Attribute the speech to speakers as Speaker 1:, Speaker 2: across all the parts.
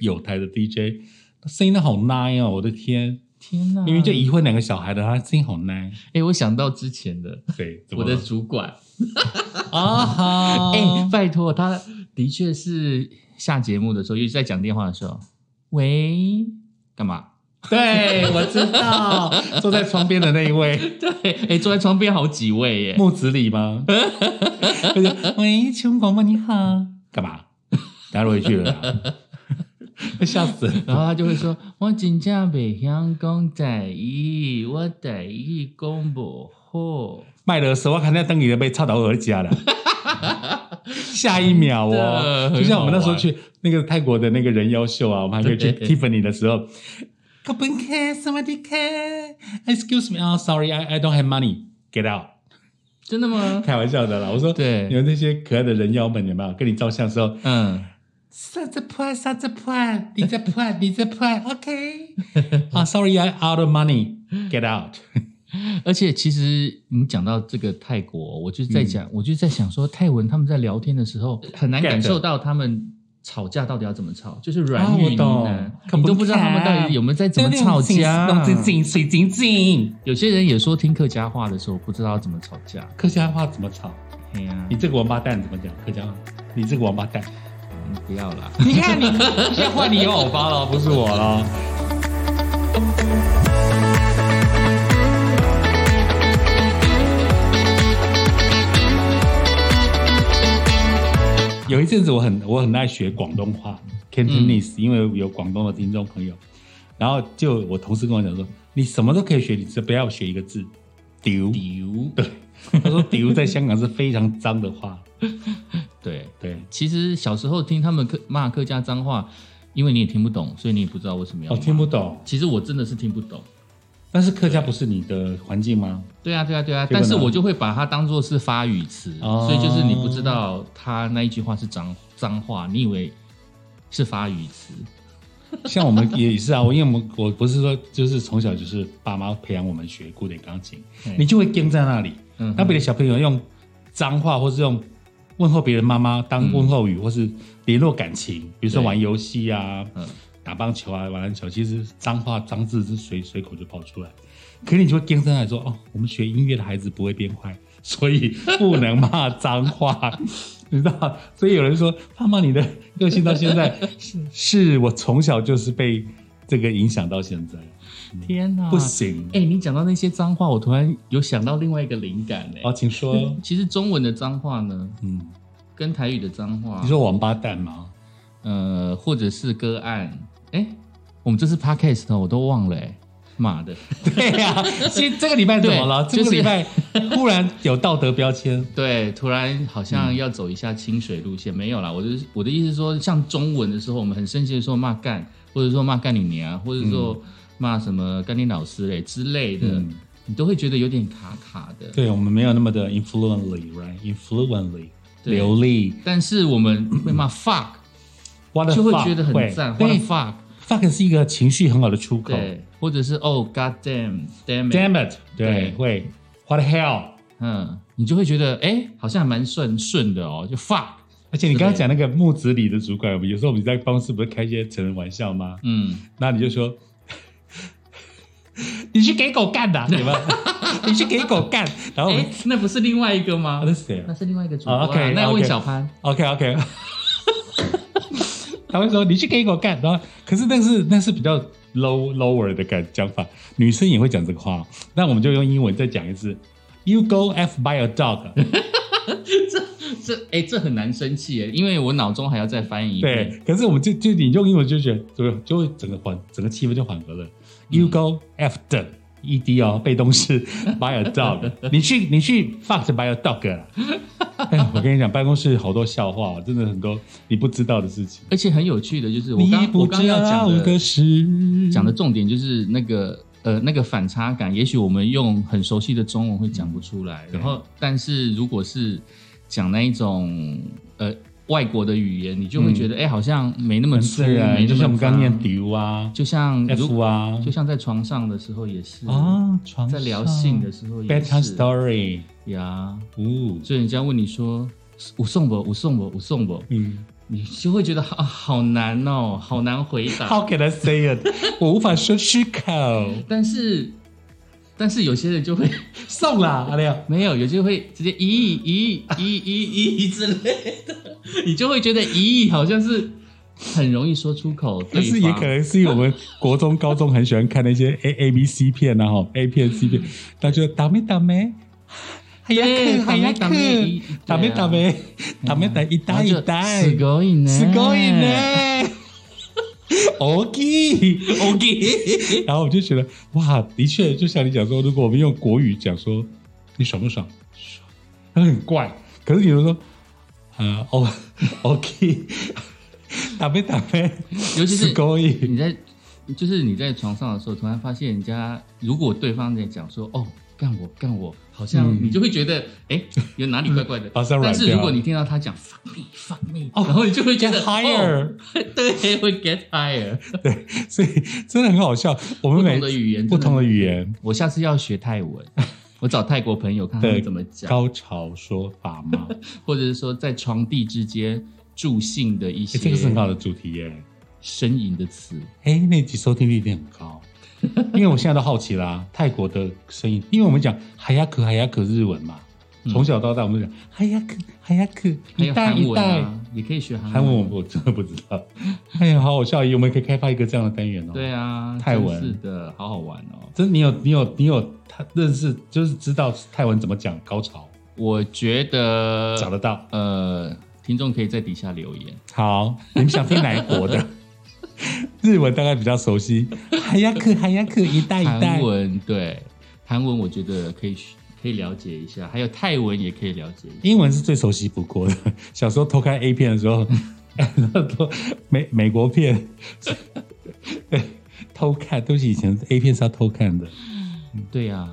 Speaker 1: 有台的 DJ，他声音都好 nice 哦，我的天，
Speaker 2: 天哪！
Speaker 1: 明明就已婚两个小孩的，他声音好 nice。
Speaker 2: 哎，我想到之前的
Speaker 1: 对，怎么
Speaker 2: 我
Speaker 1: 了
Speaker 2: 的主管，
Speaker 1: 啊哈，
Speaker 2: 哎、拜托，他的确是下节目的时候，尤其在讲电话的时候，喂，干嘛？
Speaker 1: 对，我知道，坐在窗边的那一 位，
Speaker 2: 对，哎、坐在窗边好几位耶，
Speaker 1: 木子李吗？他就喂，请问广播你好，干嘛？打回去了 啦，笑死了。
Speaker 2: 然后他就会说：“ 我真正袂晓讲台语，我台语讲不好。
Speaker 1: 卖的时候，我看那灯已经被插到耳夹了。 下一秒哦，
Speaker 2: 真的
Speaker 1: 就像我们那时候
Speaker 2: 很好
Speaker 1: 去那个泰国的那个人妖秀啊，我们还可以去
Speaker 2: 对
Speaker 1: Tiffany 的时候。g o b n k s o m e b o d y Excuse me, oh sorry, I I don't have money. Get out. ”
Speaker 2: 真 的吗？
Speaker 1: 开玩笑的啦，我说，
Speaker 2: 对
Speaker 1: 你们那些可爱的人妖们有没有跟你照相的时候？
Speaker 2: 嗯，
Speaker 1: 上这破，上这破，你这破，你这破，OK。啊、s o r r y i out of money. Get out.
Speaker 2: 而且其实你讲到这个泰国，我就在
Speaker 1: 嗯
Speaker 2: 讲，我就在想说，泰文他们在聊天的时候，很难
Speaker 1: 呃 Get
Speaker 2: 感受到他们吵架到底要怎么吵，就是
Speaker 1: 啊
Speaker 2: 软
Speaker 1: 我
Speaker 2: 语呢，
Speaker 1: 懂
Speaker 2: 你都不知道他们到底有没有在怎么吵架。
Speaker 1: 弄紧紧，水紧紧。
Speaker 2: 有些人也说听客家话的时候不知道要怎么吵架。
Speaker 1: 客家话怎么吵？
Speaker 2: 哎呀、
Speaker 1: 你这个王八蛋怎么讲客家话？你这个王八蛋！
Speaker 2: 嗯不要啦。
Speaker 1: 你看你，现在换你有欧巴了，不是我 了。有一阵子我很我很爱学广东话 Cantonese，、因为有广东的听众朋友，然后就我同事跟我讲说，你什么都可以学，你只不要学一个字丢。
Speaker 2: 丢，
Speaker 1: 对， 他说丢在香港是非常脏的话。
Speaker 2: 对，
Speaker 1: 对，
Speaker 2: 其实小时候听他们客骂客家脏话，因为你也听不懂，所以你也不知道为什么要
Speaker 1: 我、
Speaker 2: 骂。
Speaker 1: 哦听不懂。
Speaker 2: 其实我真的是听不懂。
Speaker 1: 但是客家不是你的环境 吗？
Speaker 2: 对啊，对啊，对啊，
Speaker 1: 结果
Speaker 2: 但
Speaker 1: 呢
Speaker 2: 是我就会把它当做是发语词，
Speaker 1: 哦
Speaker 2: 所以就是你不知道他那一句话是脏脏话，你以为是发语词，
Speaker 1: 像我们也是啊，我因为我们我不是说就是从小就是爸妈培养我们学古典钢琴
Speaker 2: 嘿，
Speaker 1: 你就会跟在那里。
Speaker 2: 嗯
Speaker 1: 那别的小朋友用脏话或是用问候别人妈妈当问候语，或是联络感情，比如说
Speaker 2: 嗯对
Speaker 1: 玩游戏啊、
Speaker 2: 嗯
Speaker 1: 打棒球啊、玩篮球，其实脏话脏字是随随口就跑出来。可你就会跟在那里说哦，我们学音乐的孩子不会变坏，所以不能骂脏话。 你知道，所以有人说胖胖你的个性到现在 是是我从小就是被这个影响到现在，
Speaker 2: 啊天哪，
Speaker 1: 嗯不行。
Speaker 2: 哎、你讲到那些脏话，我突然有想到另外一个灵感哎、
Speaker 1: 哦，请说，
Speaker 2: 其实中文的脏话呢，
Speaker 1: 嗯，
Speaker 2: 跟台语的脏话，
Speaker 1: 你说王八蛋吗？
Speaker 2: 呃，或者是歌案，哎、我们这是 podcast 哦，我都忘了哎、妈的，
Speaker 1: 对呀、这这个礼拜怎么了？
Speaker 2: 对
Speaker 1: 这个
Speaker 2: 就是
Speaker 1: 礼 拜忽然有道德标签，
Speaker 2: 对，突然好像
Speaker 1: 嗯
Speaker 2: 要走一下清水路线，没有啦。我的我的意思是说，像中文的时候，我们很生气的说骂干，或者说骂干你娘，或者说骂什么干你老师嘞之类的，
Speaker 1: 嗯
Speaker 2: 你都会觉得有点卡卡的。
Speaker 1: 对我们没有那么的 influently，right？influently，
Speaker 2: 对
Speaker 1: 流利
Speaker 2: 但是我们会骂 fuck，
Speaker 1: ，what the
Speaker 2: 就会
Speaker 1: fuck，
Speaker 2: 觉得
Speaker 1: 会
Speaker 2: 很赞。What a
Speaker 1: 对
Speaker 2: fuck，
Speaker 1: ，fuck 是一个情绪很好的出口。
Speaker 2: 对，或者是哦 god damn，damn it，
Speaker 1: Damn it，对，
Speaker 2: 对
Speaker 1: 会 What the hell？
Speaker 2: 嗯，你就会觉得哎，好像还蛮顺顺的哦，就 fuck，
Speaker 1: 而且你刚刚讲那个木子李的主管，我们有时候我们在办公室不是开一些成人玩笑吗？
Speaker 2: 嗯，
Speaker 1: 那你就说， 你去给狗干的、啊，对吧？ 你去给狗干，然后我们、
Speaker 2: 哎，那不是另外一个吗
Speaker 1: 啊、？那是谁啊
Speaker 2: 那是另外一个主播、
Speaker 1: 啊
Speaker 2: 啊
Speaker 1: ，OK，
Speaker 2: 那问
Speaker 1: OK
Speaker 2: 小潘。
Speaker 1: ？OK OK，他会说你去给狗干，然后可是那是那是比较 low lower 的感讲法，女生也会讲这个话，那我们就用英文再讲一次，You go f by a dog。
Speaker 2: 这哎、这很难生气耶，因为我脑中还要再翻译一遍。
Speaker 1: 对，可是我们就就你用英文就觉得就就会整个缓整个气氛就缓和了。You go after e d 哦，被动式 by a dog，你去你去 fucked by a dog 啊。哎，我跟你讲，办公室好多笑话哦，真的很多你不知道的事情。
Speaker 2: 而且很有趣的就是我
Speaker 1: 你
Speaker 2: 刚我
Speaker 1: 不
Speaker 2: 刚
Speaker 1: 知
Speaker 2: 要讲
Speaker 1: 道
Speaker 2: 的
Speaker 1: 的事，
Speaker 2: 讲的重点就是那个呃那个反差感，也许我们用很熟悉的中文会讲不出
Speaker 1: 嗯
Speaker 2: 来，然后但是如果是讲那一种呃外国的语言，你就会觉得哎、好像没那么
Speaker 1: 嗯很
Speaker 2: 粗，
Speaker 1: 自然，
Speaker 2: 没那
Speaker 1: 就
Speaker 2: 么
Speaker 1: 像我们刚
Speaker 2: 脏
Speaker 1: 念 do 啊
Speaker 2: 就像如
Speaker 1: ，f 啊
Speaker 2: 就像在床上的时候也是，
Speaker 1: 啊，床
Speaker 2: 在聊性的时候也
Speaker 1: bedtime
Speaker 2: 是
Speaker 1: story，
Speaker 2: 呀，
Speaker 1: 哦，
Speaker 2: 所以人家问你说我送不我送不我送不。
Speaker 1: 嗯，
Speaker 2: 你就会觉得啊，好难哦，好难回答。
Speaker 1: How can I say it？我无法说出口。
Speaker 2: 但是，但是有些人就会
Speaker 1: 送啦，阿廖。
Speaker 2: 没有，有些会直接咦咦 咦咦咦之类的， 你就会觉得咦，好像是很容易说出口。
Speaker 1: 但是也可能是因为我们国中、高中很喜欢看那些 A A B C 片啊，哈，A 片、C 片，那就打咩打咩，哎还要
Speaker 2: 对
Speaker 1: 克，还要
Speaker 2: 打咩
Speaker 1: 克，打
Speaker 2: 打咩啊哎
Speaker 1: 咩打咩，打咩打一
Speaker 2: 然后
Speaker 1: 代一
Speaker 2: 就
Speaker 1: 代，
Speaker 2: すごい ね，
Speaker 1: すごいね。OK OK，然后我就觉得哇，的确就像你讲说，如果我们用国语讲说你爽不爽，爽，那很怪。可是你如说，呃，哦 OK，打没打没，
Speaker 2: 尤其是
Speaker 1: 是勾引，
Speaker 2: 你在就是你在床上的时候，突然发现人家如果对方在讲说哦干我干我，好像
Speaker 1: 嗯
Speaker 2: 你就会觉得哎、有哪里怪怪 的。
Speaker 1: 马上软
Speaker 2: 但
Speaker 1: 掉
Speaker 2: 是如果你听到他讲 fuck me fuck me，、
Speaker 1: 哦
Speaker 2: 然后你就会觉
Speaker 1: get
Speaker 2: 得
Speaker 1: higher，、
Speaker 2: 哦、对，会 get higher。
Speaker 1: 所以真的很好笑。我
Speaker 2: 不
Speaker 1: 们每
Speaker 2: 同的语言，
Speaker 1: 不同的语
Speaker 2: 语，
Speaker 1: 言
Speaker 2: 我下次要学 泰文，我找泰国朋友看他们
Speaker 1: 对
Speaker 2: 怎么讲，
Speaker 1: 高潮说哎法 吗？
Speaker 2: 或者是说在床地之间助兴的一
Speaker 1: 哎、
Speaker 2: 些
Speaker 1: 这个是很好的主题耶。
Speaker 2: 呻吟的词。
Speaker 1: 哎、那集收听率一定很高， 因为我现在都好奇啦、泰国的声音，因为我们讲海亚克海亚克日文嘛，
Speaker 2: 嗯
Speaker 1: 从小到大我们讲海亚克海亚克
Speaker 2: 还
Speaker 1: 一
Speaker 2: 有
Speaker 1: 代
Speaker 2: 韩
Speaker 1: 一
Speaker 2: 文
Speaker 1: 代，
Speaker 2: 啊，也可以学韩
Speaker 1: 韩文我我真的不知道， 哎呀，好好笑，我们可以开发一个这样的单元哦。
Speaker 2: 对啊，
Speaker 1: 泰文
Speaker 2: 真是的，好好玩哦。
Speaker 1: 真你有你有你有他认识，就是知道泰文怎么讲高潮，
Speaker 2: 我觉得
Speaker 1: 找得到。
Speaker 2: 呃，听众可以在底下留言。
Speaker 1: 好，你们想听哪一国 的？日文大概比较熟悉，海亚克海亚克一代一代
Speaker 2: 韩，文对，韩文我觉得可以学可以了解一下，还有泰文也可以了解一下。
Speaker 1: 英文是最熟悉不过的。 小时候偷看 A 片的时候， 偷美美国片， 对，偷看都是以前 A 片是要偷看的。
Speaker 2: 对啊，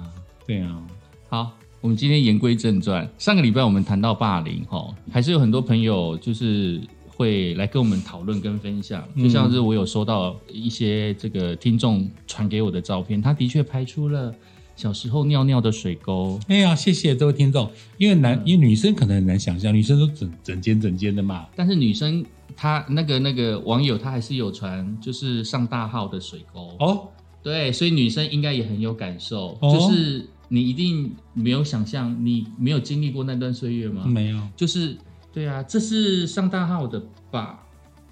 Speaker 1: 对啊，
Speaker 2: 好，我们今天言归正传。上个礼拜我们谈到霸凌，哈，还是有很多朋友就是会来跟我们讨论跟分享。就像是我有收到一些这个听众传给我的照片，他的确拍出了小时候尿尿的水沟。
Speaker 1: 哎呀，谢谢这位听众，因为
Speaker 2: 嗯
Speaker 1: 男，因为女生可能很难想象，女生都整整间整间的嘛。
Speaker 2: 但是女生她那个那个网友她还是有传，就是上大号的水沟。
Speaker 1: 哦，
Speaker 2: 对，所以女生应该也很有感受，
Speaker 1: 哦
Speaker 2: 就是你一定没有想象，你没有经历过那段岁月吗？
Speaker 1: 没有，
Speaker 2: 就是对啊，这是上大号的吧？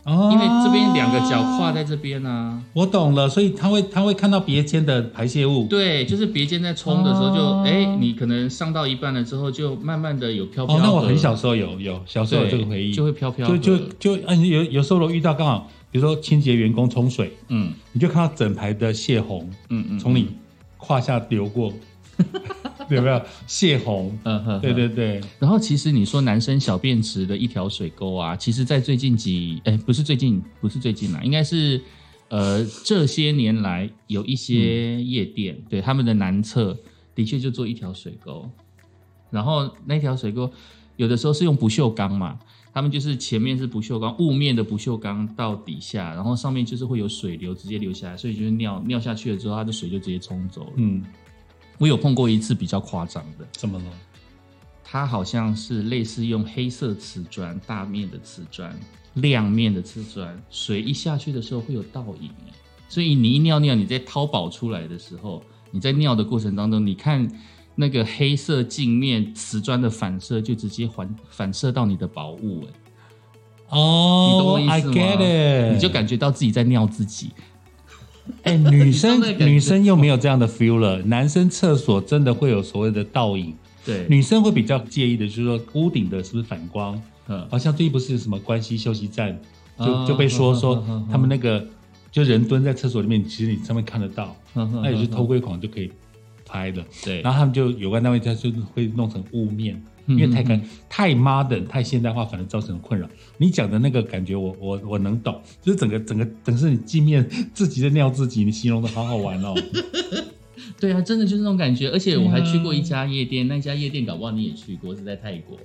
Speaker 1: 哦，
Speaker 2: 因为这边两个脚跨，在这边啊，
Speaker 1: 我懂了，所以他会他会看到别间的排泄物。
Speaker 2: 对，就是别间在冲的时候就
Speaker 1: 哦
Speaker 2: 哎、你可能上到一半了之后就慢慢的有飘飘
Speaker 1: 哦，
Speaker 2: 的。
Speaker 1: 那我很小时候有有小时候有
Speaker 2: 对
Speaker 1: 这个回忆，
Speaker 2: 就会飘飘
Speaker 1: 就
Speaker 2: 的，
Speaker 1: 就就嗯，有有时候我遇到刚好，比如说清洁员工冲水。
Speaker 2: 嗯
Speaker 1: 你就看到整排的泄洪
Speaker 2: 嗯嗯，
Speaker 1: 从你胯下流 过，有没有泄洪？
Speaker 2: 嗯哼，
Speaker 1: 对。对对，
Speaker 2: 然后其实你说男生小便池的一条水沟啊，其实在最近几哎、不是最近不是最近啦，应该是呃这些年来有一些夜店、对他们的男厕的确就做一条水沟，然后那条水沟有的时候是用不锈钢嘛，他们就是前面是不锈钢雾面的不锈钢到底下，然后上面就是会有水流直接流下来，所以就是尿尿下去了之后，它的水就直接冲走了。
Speaker 1: 嗯，
Speaker 2: 我有碰过一次比较夸张的。
Speaker 1: 怎么了？
Speaker 2: 它好像是类似用黑色瓷砖、大面的瓷砖、亮面的瓷砖，水一下去的时候会有倒影，所以你一尿尿，你在掏宝出来的时候，你在尿的过程当中，你看那个黑色镜面瓷砖的反射，就直接反反射到你的宝物、哎
Speaker 1: 哦，
Speaker 2: 你懂我意
Speaker 1: I
Speaker 2: 思吗
Speaker 1: get it，
Speaker 2: 你就感觉到自己在尿自己。
Speaker 1: 哎，女生
Speaker 2: 你懂那个感觉
Speaker 1: 女生又没有这样的 feel 了，男生厕所真的会有所谓的倒影，
Speaker 2: 对，
Speaker 1: 女生会比较介意的，就是说屋顶的是不是反光？
Speaker 2: 嗯
Speaker 1: 好像最近不是有什么关西休息站，就
Speaker 2: 啊
Speaker 1: 就被说
Speaker 2: 哼
Speaker 1: 说
Speaker 2: 哼哼哼
Speaker 1: 他们那个就人蹲在厕所里面，其实你上面看得到，
Speaker 2: 哼哼
Speaker 1: 那也是偷窥狂就可以拍的。
Speaker 2: 对，
Speaker 1: 然后他们就有关单位他就会弄成雾面，
Speaker 2: 嗯
Speaker 1: 因为太干、太 modern、太现代化，反而造成困扰。你讲的那个感觉我，我我能懂，就是整个整个整个是你镜面自己在尿自己，你形容的好好玩 哦。
Speaker 2: 对啊，真的就是那种感觉。而且我还
Speaker 1: 对啊
Speaker 2: 去过一家夜店，那家夜店搞不好你也去过，是在泰国。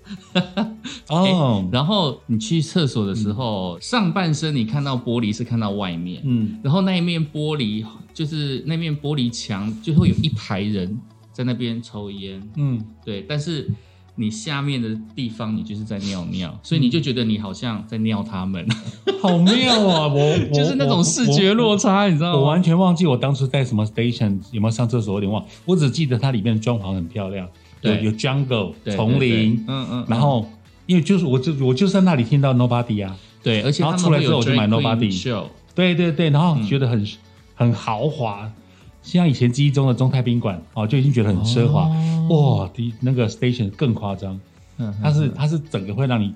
Speaker 1: 哦，
Speaker 2: 然后你去厕所的时候，上半身你看到玻璃是看到外面，
Speaker 1: 嗯，
Speaker 2: 然后那一面玻璃就是那面玻璃墙就会有一排人在那边抽烟，
Speaker 1: 嗯
Speaker 2: 对，但是你下面的地方你就是在尿
Speaker 1: 嗯
Speaker 2: 尿，所以你就觉得你好像在尿他们，
Speaker 1: 好妙啊！我我
Speaker 2: 就是那种视觉落差，你知
Speaker 1: 我
Speaker 2: 道
Speaker 1: 我
Speaker 2: 吗？
Speaker 1: 我完全忘记我当初在什么 station 有没有上厕所，有点忘。我只记得它里面的装潢很漂亮，有
Speaker 2: 对
Speaker 1: 有 jungle
Speaker 2: 对
Speaker 1: 丛，
Speaker 2: 对对
Speaker 1: 林，
Speaker 2: 嗯嗯，
Speaker 1: 然后因为就是我就我就在那里听到 nobody 啊，
Speaker 2: 对，而且
Speaker 1: 然后
Speaker 2: 他
Speaker 1: 出
Speaker 2: 们
Speaker 1: 来
Speaker 2: 会
Speaker 1: 之后
Speaker 2: 有
Speaker 1: 我就
Speaker 2: drag
Speaker 1: 买
Speaker 2: queen
Speaker 1: Nobody
Speaker 2: show，
Speaker 1: 对对对，然后
Speaker 2: 嗯
Speaker 1: 觉得很、很豪华，像以前记忆中的中泰宾馆哦，就已经觉得很奢华。
Speaker 2: 哦
Speaker 1: 哇，第那个 station 更夸张，
Speaker 2: 嗯嗯
Speaker 1: 它是
Speaker 2: 嗯
Speaker 1: 它是整个会让你，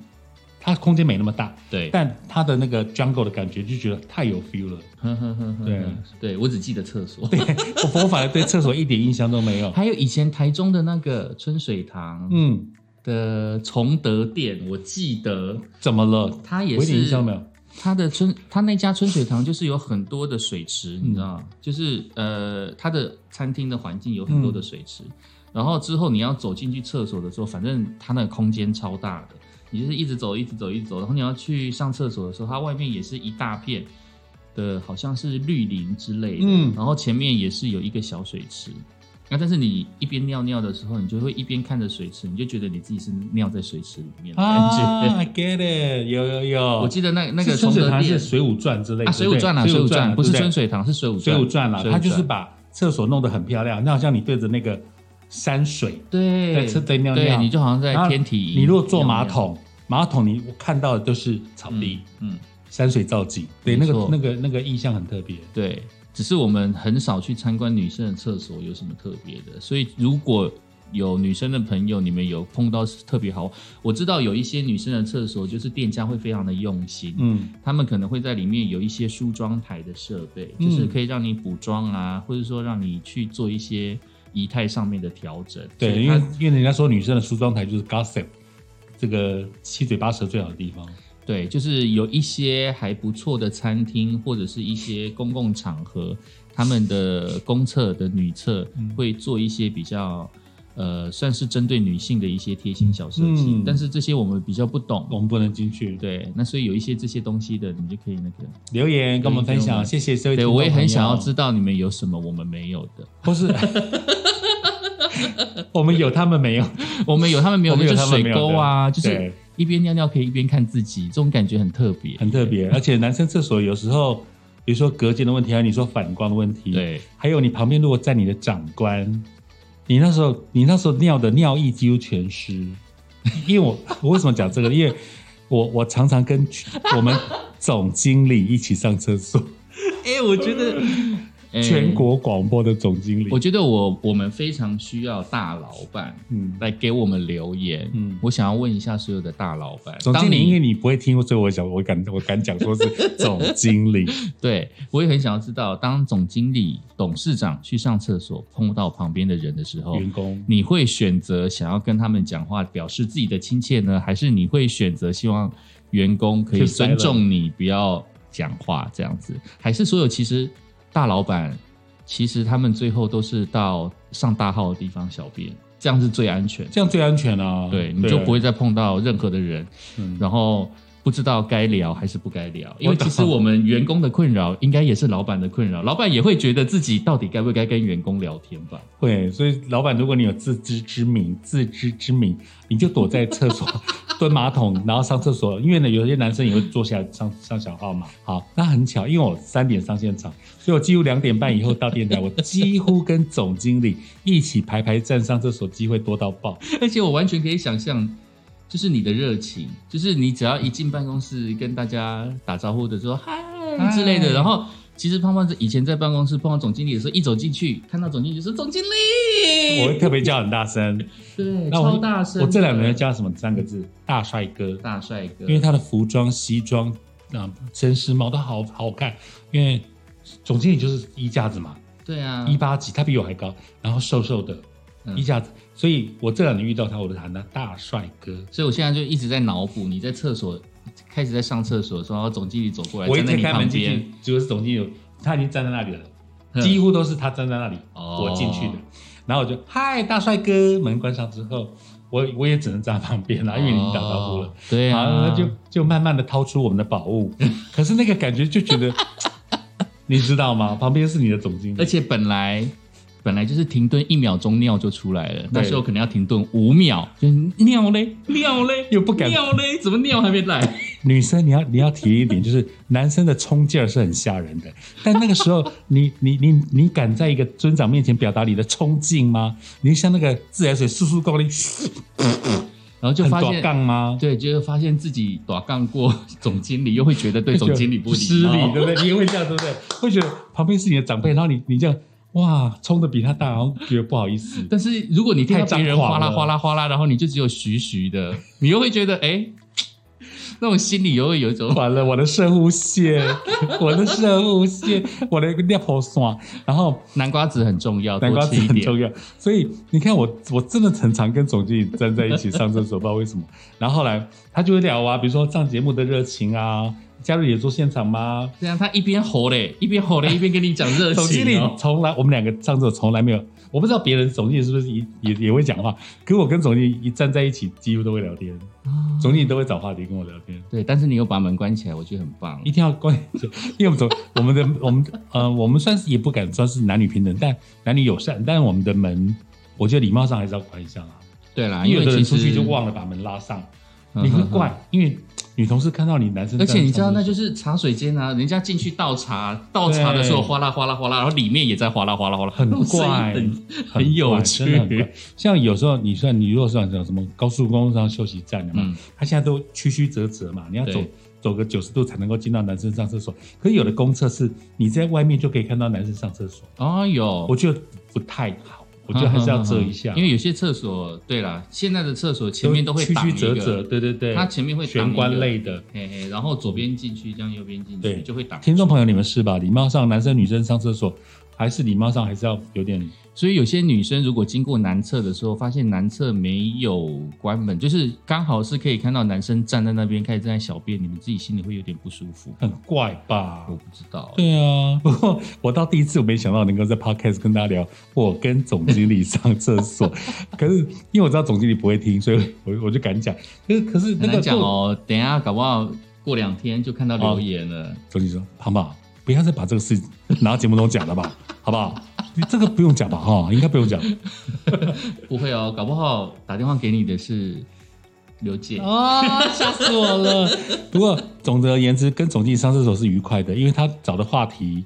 Speaker 1: 它空间没那么大，
Speaker 2: 对，
Speaker 1: 但它的那个 jungle 的感觉就觉得太有 feel 了。
Speaker 2: 哼哼哼哼
Speaker 1: 对
Speaker 2: 哼 对，我只记得厕所，
Speaker 1: 我我反而对 厕所一点印象都没 有。
Speaker 2: 还有以前台中的那个春水堂
Speaker 1: 嗯，
Speaker 2: 的崇德店，我记得
Speaker 1: 怎么了？
Speaker 2: 它
Speaker 1: 我
Speaker 2: 也
Speaker 1: 一点印
Speaker 2: 是
Speaker 1: 象没有。
Speaker 2: 它的春，它那家春水堂就是有很多的水池，
Speaker 1: 嗯
Speaker 2: 你知道吗？就是呃，它的餐厅的环境有很多的水
Speaker 1: 嗯
Speaker 2: 池，然后之后你要走进去厕所的时候，反正它那个空间超大的，你就是一直走，一直走，一直走，然后你要去上厕所的时候，它外面也是一大片的，好像是绿林之类的，
Speaker 1: 嗯
Speaker 2: 然后前面也是有一个小水池。那但是你一边尿尿的时候，你就会一边看着水池，你就觉得你自己是尿在水池里面的感觉。
Speaker 1: 啊，get it，有有有。
Speaker 2: 我记得那那个
Speaker 1: 是春
Speaker 2: 崇
Speaker 1: 水
Speaker 2: 德
Speaker 1: 堂
Speaker 2: 店
Speaker 1: 是《水浒传》之类的，
Speaker 2: 啊，水浒传
Speaker 1: 啊，
Speaker 2: 啊，水浒传
Speaker 1: 传
Speaker 2: 不是
Speaker 1: 对对
Speaker 2: 春水堂，是水浒
Speaker 1: 水浒传
Speaker 2: 啦
Speaker 1: 啦，，它就是把厕所弄得很漂亮，那好像你对着那个山水
Speaker 2: 对
Speaker 1: 在车在尿
Speaker 2: 对，
Speaker 1: 尿。
Speaker 2: 你就好像在
Speaker 1: 然后
Speaker 2: 天体，
Speaker 1: 你如果坐马桶，马桶你看到的都是草
Speaker 2: 嗯
Speaker 1: 地、
Speaker 2: 嗯，
Speaker 1: 山水造景，对，
Speaker 2: 没
Speaker 1: 那
Speaker 2: 错
Speaker 1: 个那个那个意象很特别。
Speaker 2: 对，只是我们很少去参观女生的厕所有什么特别的，所以如果有女生的朋友，你们有碰到特别好，我知道有一些女生的厕所就是店家会非常的用心，
Speaker 1: 嗯，
Speaker 2: 他们可能会在里面有一些梳妆台的设备，
Speaker 1: 嗯
Speaker 2: 就是可以让你补妆啊，或者说让你去做一些仪态上面的调整。所
Speaker 1: 对，
Speaker 2: 以
Speaker 1: 因
Speaker 2: 它
Speaker 1: 为因为人家说女生的梳妆台就是 gossip，这个七嘴八舌最好的地方。
Speaker 2: 对，就是有一些还不错的餐厅或者是一些公共场合，他们的公厕的女厕
Speaker 1: 嗯
Speaker 2: 会做一些比较。呃，算是针对女性的一些贴心小设计，
Speaker 1: 嗯
Speaker 2: 但是这些我们比较不懂，
Speaker 1: 我们不能进去。
Speaker 2: 对，那所以有一些这些东西的，你就可以那个，
Speaker 1: 留言跟我们分
Speaker 2: 留言
Speaker 1: 享，谢谢这位。
Speaker 2: 对我也很想要知，道你们有什么我们没有的，
Speaker 1: 或是 我们有他们没有，
Speaker 2: 我们有他们没有
Speaker 1: 我
Speaker 2: 的，
Speaker 1: 们有
Speaker 2: 就
Speaker 1: 他
Speaker 2: 是
Speaker 1: 们没
Speaker 2: 水
Speaker 1: 有的
Speaker 2: 沟啊，就是
Speaker 1: 对，
Speaker 2: 一边尿尿可以一边看自己，这种感觉很特别，
Speaker 1: 很特别。而且男生厕所有时候，比如说隔间的问题，还有你说反光的问题，，
Speaker 2: 对，
Speaker 1: 还有你旁边如果站你的长官，你那时候你那时候尿的尿意几乎全湿。 因为我我为什么讲这个？因为我我常常跟我们总经理一起上厕 所，
Speaker 2: 哎、我觉 得哎
Speaker 1: 全国广播的总经理
Speaker 2: 嗯我，觉得我我们非常需要大老板
Speaker 1: 嗯，
Speaker 2: 来给我们留言。
Speaker 1: 嗯
Speaker 2: 我想要问一下所有的大老板，
Speaker 1: 总
Speaker 2: 当
Speaker 1: 经理，因为
Speaker 2: 你
Speaker 1: 你不会听，所以我想我敢我敢讲说是总经 理。
Speaker 2: 对我也很想要知道，当总经理、董事长去上厕所碰到旁边的人的时候，
Speaker 1: 员工
Speaker 2: 你会选择想要跟他们讲话，表示自己的亲切呢，还是你会选择希望员工可以
Speaker 1: Keep silent
Speaker 2: 尊重你，不要讲话这样子？还是所有其实大老板，其实他们最后都是到上大号的地方小便，这样是最安全的。
Speaker 1: 这样最安全啊，
Speaker 2: 嗯对，你就
Speaker 1: 啊
Speaker 2: 不会再碰到任何的人，
Speaker 1: 嗯
Speaker 2: 然后不知道该聊还是不该聊，因为
Speaker 1: 我懂
Speaker 2: 其实我们员工的困扰应该也是老板的困扰，老 板也会觉得自己到底该不该跟员工聊天吧？
Speaker 1: 会。所以老板，如果你有自知之明，自知之明，你就躲在厕所蹲马桶，然后上厕所。因为呢，有些男生也会坐下来上上小号嘛。好，那很巧，因为我三点上现场，所以我几乎两点半以后到电台，我几乎跟总经理一起排排站上厕所，机会多到爆。
Speaker 2: 而且我完全可以想象，就是你的热情，就是你只要一进办公室跟大家打招呼的时候嗨
Speaker 1: 嗨
Speaker 2: 之类的，然后其实胖胖是以前在办公室碰到总经理的时候，一走进去看到总经理就说总经
Speaker 1: 我会
Speaker 2: 理，
Speaker 1: 特别叫很大声，
Speaker 2: 对，
Speaker 1: 那我
Speaker 2: 超大声的，
Speaker 1: 我这两年叫什么三个字？大帅哥。
Speaker 2: 大帅哥，
Speaker 1: 因为他的服装、西装啊、绅士帽都好好看。因为总经理就是衣架子嘛，
Speaker 2: 对啊，
Speaker 1: 一八几，他比我还高，然后瘦瘦的
Speaker 2: 嗯
Speaker 1: 衣架子，所以我这两年遇到他，我就喊他大帅哥。
Speaker 2: 所以我现在就一直在脑补你在厕所开始在上厕所的时候，然后总经理走过来
Speaker 1: 我一
Speaker 2: 站在
Speaker 1: 推
Speaker 2: 你
Speaker 1: 开门
Speaker 2: 旁
Speaker 1: 进
Speaker 2: 边，
Speaker 1: 去，嗯就是总经理，他已经站在那里了，
Speaker 2: 哼
Speaker 1: 几乎都是他站在那里，
Speaker 2: 哦
Speaker 1: 我进去的。然后我就嗨，大帅哥！门关上之后，我我也只能站在旁边啊啦，因为你打招呼了。
Speaker 2: 哦对
Speaker 1: 好，那
Speaker 2: 啊，
Speaker 1: 就就慢慢的掏出我们的宝 物，可是那 个感觉就觉得，你知道吗？旁边是你的总经
Speaker 2: 而
Speaker 1: 理，
Speaker 2: 且本来本来就是停顿一秒钟尿就出来了，那
Speaker 1: 对
Speaker 2: 时候可能要停顿五秒，就是尿嘞尿嘞
Speaker 1: 又不敢
Speaker 2: 尿嘞，怎么尿还没来？
Speaker 1: 女生你要你要体验一点，就是男生的冲劲儿是很吓人的，但那个时候你你你你敢在一个尊长面前表达你的冲劲吗？你像那个自来水速速够力，
Speaker 2: 然后就
Speaker 1: 很
Speaker 2: 发
Speaker 1: 短
Speaker 2: 现
Speaker 1: 杠吗？
Speaker 2: 对，就是发现自己短杠过 总经理，又会觉得对总经理不
Speaker 1: 失
Speaker 2: 礼
Speaker 1: 礼，
Speaker 2: 貌。
Speaker 1: 对不对？你也会这嗯样，对不对？会觉得旁边是你的长辈，然后你你这样哇，冲的比他大，然后觉得不好意思。
Speaker 2: 但是如果你听到别
Speaker 1: 太张
Speaker 2: 人
Speaker 1: 狂
Speaker 2: 哗啦
Speaker 1: 了
Speaker 2: 哗啦哗啦，然后你就只有徐徐的， 你又会觉得哎、 那种心里又会有一种
Speaker 1: 完了，我的射物线， 我的射物线，我的尿头酸，然后
Speaker 2: 南瓜子很重要，
Speaker 1: 南瓜子
Speaker 2: 多吃一
Speaker 1: 很
Speaker 2: 点。
Speaker 1: 重要。所以你看我，我真的很常跟总经理站在一起上厕所，不知道为什么。然后后来他就会聊啊，比如说上节目的热情啊，加入演出现场吗？
Speaker 2: 这样啊他一边吼嘞，一边吼嘞，一边跟你讲热
Speaker 1: 总经
Speaker 2: 情
Speaker 1: 理
Speaker 2: 哦。
Speaker 1: 从来我们两个上厕所从来没有，我不知道别人总经理是不是也也也会讲话，可我跟总经理一站在一起，几乎都会聊天，
Speaker 2: 啊
Speaker 1: 总经理都会找话题跟我聊天。
Speaker 2: 对，但是你又把门关起来，我觉得很棒
Speaker 1: 一。定要关， 因为我们总我们的我们呃，我们算是也不敢算是男女平等，但男女友善，但我们的门，我觉得礼貌上还是要关一下啊。
Speaker 2: 对啦，
Speaker 1: 因
Speaker 2: 因
Speaker 1: 为
Speaker 2: 为
Speaker 1: 有的
Speaker 2: 其
Speaker 1: 人出
Speaker 2: 实
Speaker 1: 去就忘了把门拉上，
Speaker 2: 嗯
Speaker 1: 你会
Speaker 2: 哼哼
Speaker 1: 怪，因为女同事看到你男生，
Speaker 2: 而且你知道，那就是茶水间啊，人家进去倒茶，倒茶的时候
Speaker 1: 对
Speaker 2: 哗啦哗啦哗啦，然后里面也在哗啦哗啦哗啦，
Speaker 1: 很
Speaker 2: 那种声音
Speaker 1: 怪
Speaker 2: 很
Speaker 1: 很
Speaker 2: 很有
Speaker 1: 怪
Speaker 2: 趣
Speaker 1: 真的很怪像有时候你算你如果算什么高速公路上休息站的嘛，
Speaker 2: 嗯，
Speaker 1: 它现在都曲曲折折嘛，你要走
Speaker 2: 对
Speaker 1: 走个九十度才能够进到男生上厕所。可是有的公厕是你在外面就可以看到男生上厕所，
Speaker 2: 哦有，
Speaker 1: 我觉得不太好，我觉得还是要遮一下，
Speaker 2: 嗯嗯嗯 因为有些厕所，对啦，现在的厕所前面都会
Speaker 1: 曲
Speaker 2: 挡
Speaker 1: 曲
Speaker 2: 一
Speaker 1: 折
Speaker 2: 个，
Speaker 1: 折，对对对，
Speaker 2: 它前面会挡一个
Speaker 1: 玄关，类的。
Speaker 2: 嘿嘿，然后左边进去，这样右边进去
Speaker 1: 对
Speaker 2: 就会挡。
Speaker 1: 听众朋友，你们是吧？礼貌上，男生女生上厕所还是礼貌上还是要有点
Speaker 2: 所以有些女生如果经过男厕的时候，发现男厕没有关门，就是刚好是可以看到男生站在那边开始在小便，你们自己心里会有点不舒服。
Speaker 1: 很怪吧？
Speaker 2: 我不知道，
Speaker 1: 对啊， 不过我到第一次我没想到能够在 podcast 跟大家聊我跟总经理上厕所， 可是因为我知道总经理不会听，所以我我就敢讲。可是可是那个
Speaker 2: 很难讲哦。等一下搞不好过两天就看到留言了。
Speaker 1: 总经理说：“胖胖，不要再把这个事 情拿到节目中讲了吧，好不好？你这个不用讲吧，哈，应该不用讲。
Speaker 2: 不会哦，搞不好打电话给你的是刘姐。
Speaker 1: 啊，吓死我了！ 不过总而言之，跟总经理上厕所是愉快的，因为他找的话题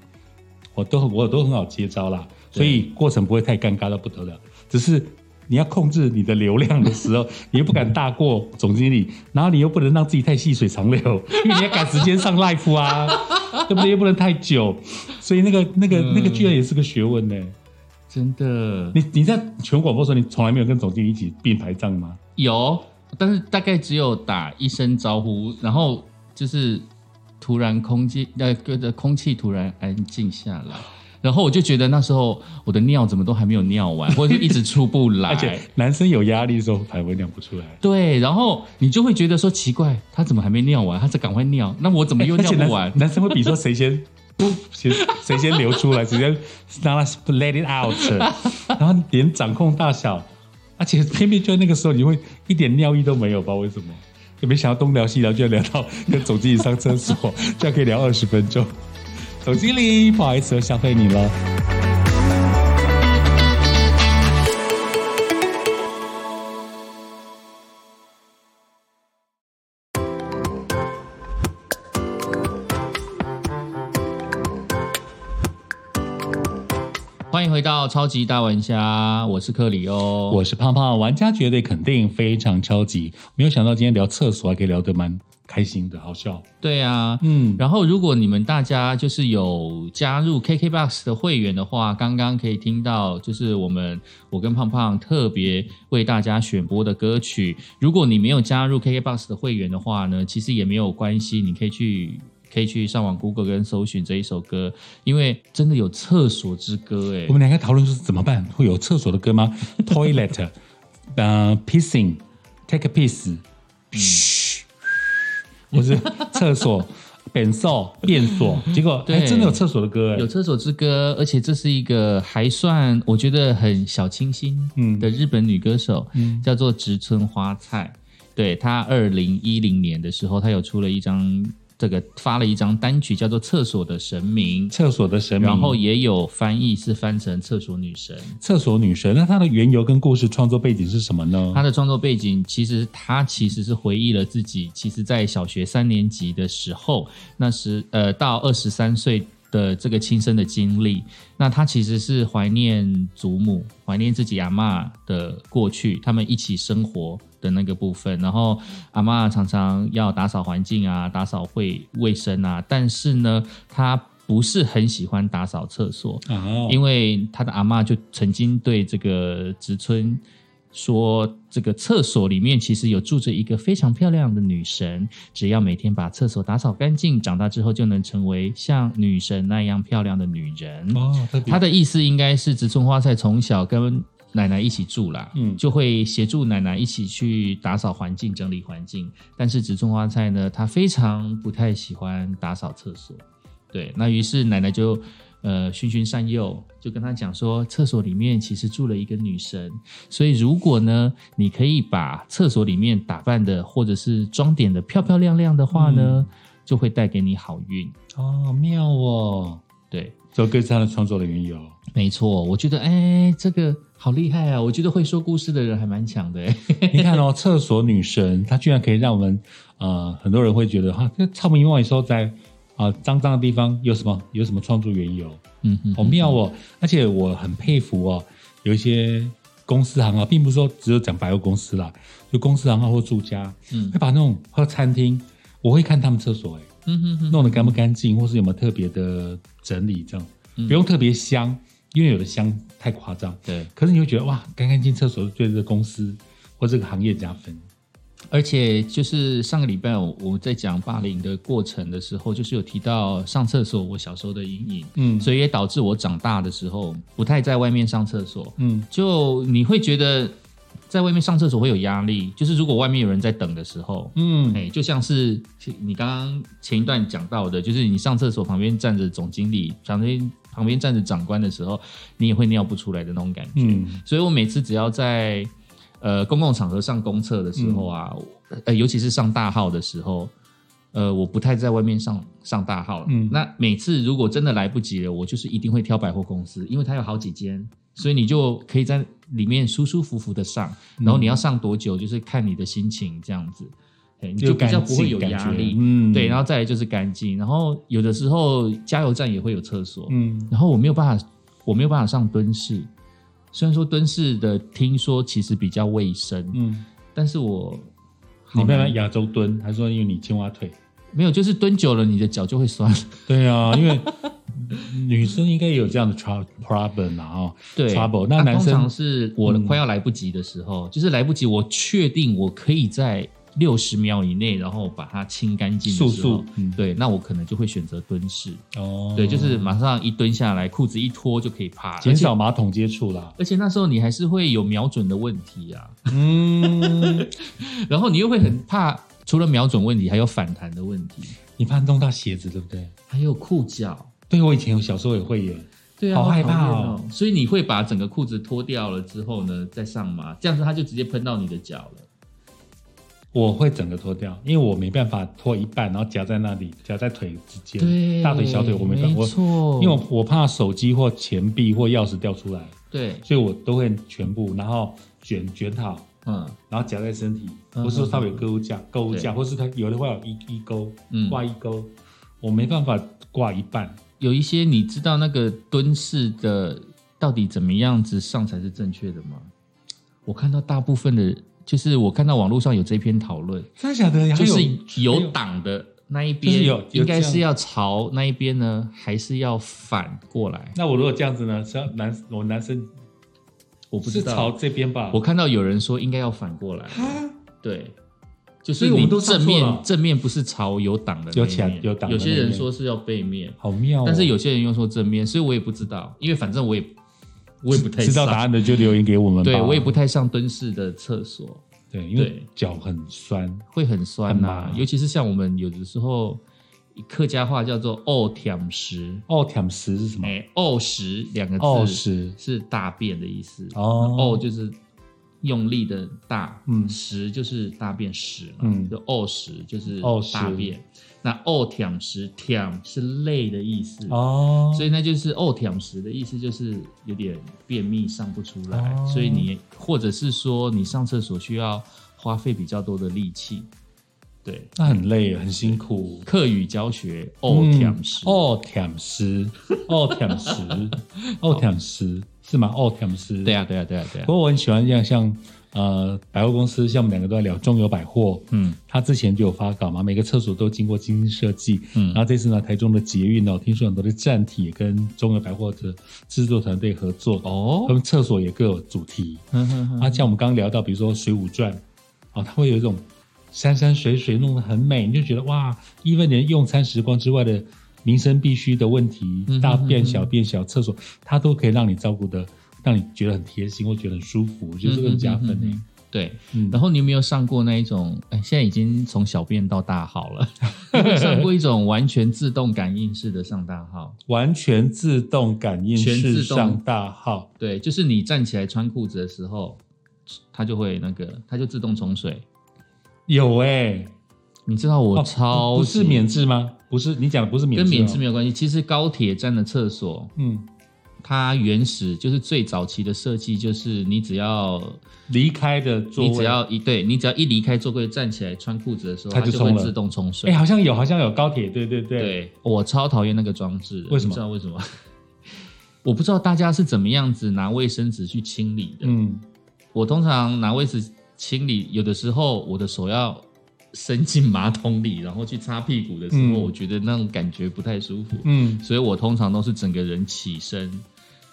Speaker 1: 我都很我都很好接招啦，
Speaker 2: 对
Speaker 1: 所以过程不会太尴尬到不得了。只是你要控制你的流量的时 候，你又不敢大过总经理，然后你又不能让自己太细水 长流，因为你要赶时间上 live 啊，对不对？又不能太久，所以那个那个那个居然也是个学问呢、
Speaker 2: 真的
Speaker 1: 你你在全广播的时候，你从来没有跟总经理一起并排站吗？
Speaker 2: 有，但是大概只有打一声招呼，然后就是突然空气呃，跟着空气突然安静下来，然后我就觉得那时候我的尿怎么都还没有尿完，或者是一直出不
Speaker 1: 而且
Speaker 2: 来。
Speaker 1: 男生有压力的时候，排会量不出来。
Speaker 2: 对，然后你就会觉得说奇怪，他怎么还没尿完？他在赶快尿，那我怎么又
Speaker 1: 哎 而
Speaker 2: 尿
Speaker 1: 且
Speaker 2: 不完
Speaker 1: 啊男？男生会比说谁先噗，谁谁先流出来，谁先让他 let it out，然后连掌控大小，而且偏偏就在那个时候，你会一点尿意都没有，不知道为什么。也没想到东聊西聊，居然聊到跟总经理上厕所，这样可以聊二十分钟。 总经理，不好意思，我消费你了。
Speaker 2: 欢迎回到超级大玩家，我是克里哦，
Speaker 1: 我是胖胖，玩家绝对肯定非常超级。没有想到今天聊厕所还可以聊得蛮开心的，好笑。
Speaker 2: 对啊，
Speaker 1: 嗯，
Speaker 2: 然后，如果你们大家就是有加入 KKBOX 的会员的话，刚刚可以听到，就是我们我跟胖胖特别为大家选播的歌曲。如果你没有加入 KKBOX 的会员的话呢，其实也没有关系，你可以去。可以去上网 Google 跟搜寻这一首歌，因为真的有厕所之歌哎
Speaker 1: 我，们两个讨论说怎么办？会有厕所的歌吗？Toilet，呃，pissing，take a piss，嘘、或是厕所便所便所，结果
Speaker 2: 对
Speaker 1: 哎，真的有厕所的歌
Speaker 2: 有
Speaker 1: 哎，
Speaker 2: 厕所之歌，而且这是一个还算我觉得很小清新
Speaker 1: 嗯
Speaker 2: 的日本女歌手，
Speaker 1: 嗯
Speaker 2: 叫做植村花菜。对她二零一零年的时候，她有出了一张这个发了一张单曲，叫做《厕所的神明》，
Speaker 1: 厕所的神明，
Speaker 2: 然后也有翻译是翻成《厕所女神》。
Speaker 1: 厕所女神，那它的缘由跟故事创作背景是什么呢？
Speaker 2: 她的创作背景其实她其实是回忆了自己，其实在小学三年级的时候，那时呃到二十三岁的这个亲身的经历。那她其实是怀念祖母，怀念自己阿嬷的过去，他们一起生活的那个部分。然后阿嬷常常要打扫环境啊，打扫卫卫生啊，但是呢，她不是很喜欢打扫厕所。
Speaker 1: 哦，
Speaker 2: 因为他的阿嬷就曾经对这个植村说，这个厕所里面其实有住着一个非常漂亮的女神，只要每天把厕所打扫干净，长大之后就能成为像女神那样漂亮的女人。
Speaker 1: 哦，特别
Speaker 2: 他的意思应该是植村花菜从小跟奶奶一起住啦，
Speaker 1: 嗯
Speaker 2: 就会协助奶奶一起去打扫环境、整理环境。但是植村花菜呢，她非常不太喜欢打扫厕所，对，那于是奶奶就。呃，循循善诱，就跟她讲说，厕所里面其实住了一个女神，所以如果呢，你可以把厕所里面打扮的或者是装点的漂漂亮亮的话呢，就会带给你好运。
Speaker 1: 哦妙哦，
Speaker 2: 对，
Speaker 1: 这个是他的创作的缘由。
Speaker 2: 没错，我觉得哎，这个好厉害啊！我觉得会说故事的人还蛮强的哎。
Speaker 1: 你看哦，厕所女神，她居然可以让我们呃，很多人会觉得哈，这超明外说在啊、脏脏的地方有什么有什么创作缘由，
Speaker 2: 嗯哼，
Speaker 1: 好妙哦！而且我很佩服哦，有一些公司行啊，并不是说只有讲百货公司啦，就公司行啊或住家，
Speaker 2: 嗯
Speaker 1: 会把那种或餐厅，我会看他们厕所、欸，
Speaker 2: 嗯哼哼，
Speaker 1: 弄得干不干净，或是有没有特别的整理，这样
Speaker 2: 嗯
Speaker 1: 不用特别香，因为有的香太夸张。
Speaker 2: 对，
Speaker 1: 可是你会觉得哇，干干净厕所是对这个公司或这个行业加分。
Speaker 2: 而且就是上个礼拜我我在讲霸凌的过程的时候，就是有提到上厕所我小时候的阴影，
Speaker 1: 嗯
Speaker 2: 所以也导致我长大的时候不太在外面上厕所。
Speaker 1: 嗯，
Speaker 2: 就你会觉得在外面上厕所会有压力，就是如果外面有人在等的时候，
Speaker 1: 嗯，
Speaker 2: 哎、就像是你刚刚前一段讲到的，就是你上厕所旁边站着总经理，旁边旁边站着长官的时候，你也会尿不出来的那种感觉。
Speaker 1: 嗯，
Speaker 2: 所以我每次只要在呃公共场合上公厕的时候啊，
Speaker 1: 嗯
Speaker 2: 呃尤其是上大号的时候，呃我不太在外面上上大号了。
Speaker 1: 嗯
Speaker 2: 那每次如果真的来不及了，我就是一定会挑百货公司，因为它有好几间，所以你就可以在里面舒舒服服的上，
Speaker 1: 嗯
Speaker 2: 然后你要上多久就是看你的心情这样子，哎你就比较不会有压力。
Speaker 1: 嗯，
Speaker 2: 对，然
Speaker 1: 后
Speaker 2: 后再来就是干净，然后有的时候加油站也会有厕所，
Speaker 1: 嗯
Speaker 2: 然后我没有办法，我没有办法上蹲式。虽然说蹲式的听说其实比较卫生，
Speaker 1: 嗯，
Speaker 2: 但是我好
Speaker 1: 你不要
Speaker 2: 难
Speaker 1: 拿亚洲蹲，还说因为你青蛙腿。
Speaker 2: 没有，就是蹲久了你的脚就 会酸。
Speaker 1: 对啊，因为女生应该也有这样的 tr problem 啊，哦，
Speaker 2: 对啊
Speaker 1: trouble 那男生嗯
Speaker 2: 通常是我快要来不及的时候，就是来不及，我确定我可以在六十秒以内，然后把它清干净的时候
Speaker 1: 速速，嗯
Speaker 2: 对，那我可能就会选择蹲式。
Speaker 1: 哦，
Speaker 2: 对，就是马上一蹲下来，裤子一脱就可以趴，
Speaker 1: 减少马桶接触啦。
Speaker 2: 而且。而且那时候你还是会有瞄准的问题啊。
Speaker 1: 嗯，
Speaker 2: 然后你又会很怕，除了瞄准问题，还有反弹的问题，
Speaker 1: 你怕弄到鞋子对不对？
Speaker 2: 还有裤脚。
Speaker 1: 对，我以前有小时候也会耶。
Speaker 2: 对
Speaker 1: 好害怕哦
Speaker 2: 讨厌哦！所以你会把整个裤子脱掉了之后呢，再上麻，这样子它就直接喷到你的脚了。
Speaker 1: 我会整个脱掉，因为我没办法脱一半，然后夹在那里，夹在腿之间，大腿小腿我没办法，我
Speaker 2: 错
Speaker 1: 因为我我怕手机或钱币或钥匙掉出来，
Speaker 2: 对，
Speaker 1: 所以我都会全部，然后卷卷好，
Speaker 2: 嗯
Speaker 1: 然后夹在身体，
Speaker 2: 嗯
Speaker 1: 或是说它有购物架，购物架，
Speaker 2: 对
Speaker 1: 或是它有的会有一一钩
Speaker 2: 嗯，
Speaker 1: 挂一钩，我没办法挂一半，
Speaker 2: 有一些你知道那个蹲式的到底怎么样子上才是正确的吗？我看到大部分的，就是我看到网络上有这篇讨论，
Speaker 1: 真的假的？还有
Speaker 2: 就是
Speaker 1: 还
Speaker 2: 有
Speaker 1: 有
Speaker 2: 挡的那一
Speaker 1: 就
Speaker 2: 边，
Speaker 1: 是有有
Speaker 2: 应该
Speaker 1: 这
Speaker 2: 是
Speaker 1: 样
Speaker 2: 要朝那一边呢，还是要反过来？
Speaker 1: 那我如果这样子呢？是要男我男生
Speaker 2: 我不知
Speaker 1: 是朝
Speaker 2: 道。
Speaker 1: 这边吧？
Speaker 2: 我看到有人说应该要反过来，对，就是
Speaker 1: 所以我们
Speaker 2: 你
Speaker 1: 都上
Speaker 2: 正
Speaker 1: 错了
Speaker 2: 面正面不是朝有挡的那一面，
Speaker 1: 有起来有挡的
Speaker 2: 有些
Speaker 1: 那一
Speaker 2: 人
Speaker 1: 面
Speaker 2: 说是要背面，
Speaker 1: 好妙哦，
Speaker 2: 但是有些人又说正面，所以我也不知道，因为反正我也我也不太
Speaker 1: 知道
Speaker 2: 上
Speaker 1: 答案的就留言给我们吧。
Speaker 2: 对我也不太上蹲式的厕所，
Speaker 1: 对，因为
Speaker 2: 对
Speaker 1: 脚很酸。
Speaker 2: 会很酸
Speaker 1: 很啊
Speaker 2: 呐、
Speaker 1: 麻
Speaker 2: 尤其是像我们有的时候客家话叫做“哦舔食”，
Speaker 1: 哦，舔食是什么？
Speaker 2: 哎，沤食两个字，
Speaker 1: 哦，食
Speaker 2: 是大便的意思。
Speaker 1: 哦
Speaker 2: 沤就是用力的大，
Speaker 1: 嗯
Speaker 2: 食就是大便屎嘛，
Speaker 1: 嗯哦
Speaker 2: 就沤食就是
Speaker 1: 沤食
Speaker 2: 大便。那哦舔食舔是累的意思，
Speaker 1: 哦，
Speaker 2: 所以那就是哦舔食的意思就是有点便秘上不出来，
Speaker 1: 哦
Speaker 2: 所以你或者是说你上厕所需要花费比较多的力气，对。
Speaker 1: 那很累，很辛苦。
Speaker 2: 课语教学哦舔食，
Speaker 1: 哦，舔食，哦，舔 食，哦，舔食是吗？哦，舔食。
Speaker 2: 对啊对啊对啊对啊
Speaker 1: 不，过我很喜欢这样，像呃百货公司，像我们两个都在聊中友百货，
Speaker 2: 嗯
Speaker 1: 他之前就有发稿嘛，每个厕所都经过精心设计。
Speaker 2: 嗯
Speaker 1: 然后这次呢，台中的捷运哦，听说很多的站体也跟中友百货的制作团队合作，
Speaker 2: 哦嗯
Speaker 1: 他，们厕所也各有主题。
Speaker 2: 哼哼哼
Speaker 1: 啊， 像我们刚刚聊到，比如说《水浒传》，哦，它会有一种山山水水弄得很美，你就觉得哇，因为连用餐时光之外的民生必须的问题
Speaker 2: 嗯哼，
Speaker 1: 大便小便小厕所，它都可以让你照顾的，让你觉得很贴心，或觉得很舒服，我觉得这个很加分
Speaker 2: 嗯嗯嗯
Speaker 1: 呢。
Speaker 2: 对，
Speaker 1: 嗯
Speaker 2: 然后你有没有上过那一种？哎，现在已经从小便到大号 了。你有没有上过一种完全自动感应式的上大号？
Speaker 1: 完全自动感应
Speaker 2: 全
Speaker 1: 式
Speaker 2: 自动
Speaker 1: 上大号，
Speaker 2: 对，就是你站起来穿裤子的时候，它就会那个，它就自动冲水。
Speaker 1: 有哎、
Speaker 2: 你知道我
Speaker 1: 哦
Speaker 2: 超级、
Speaker 1: 不不是免治吗？不是，你讲的不是免治、哦，
Speaker 2: 跟免治没有关系。其实高铁站的厕所，
Speaker 1: 嗯，
Speaker 2: 它原始就是最早期的设计，就是你只要
Speaker 1: 离开的座位，
Speaker 2: 你只要一对你只要一离开座柜站起来穿裤子的时候，
Speaker 1: 它
Speaker 2: 它
Speaker 1: 就
Speaker 2: 就会
Speaker 1: 冲了
Speaker 2: 自动冲水
Speaker 1: 哎、。好像有，好像有高铁，对对对，
Speaker 2: 对我超讨厌那个装置的，
Speaker 1: 为什么
Speaker 2: 你知道为什么？ 我不知道大家是怎么样子拿卫生纸去清理的。
Speaker 1: 嗯，
Speaker 2: 我通常拿卫生纸清理，有的时候我的手要伸进马桶里，然后去擦屁股的时候，
Speaker 1: 嗯
Speaker 2: 我觉得那种感觉不太舒服，
Speaker 1: 嗯，
Speaker 2: 所以我通常都是整个人起身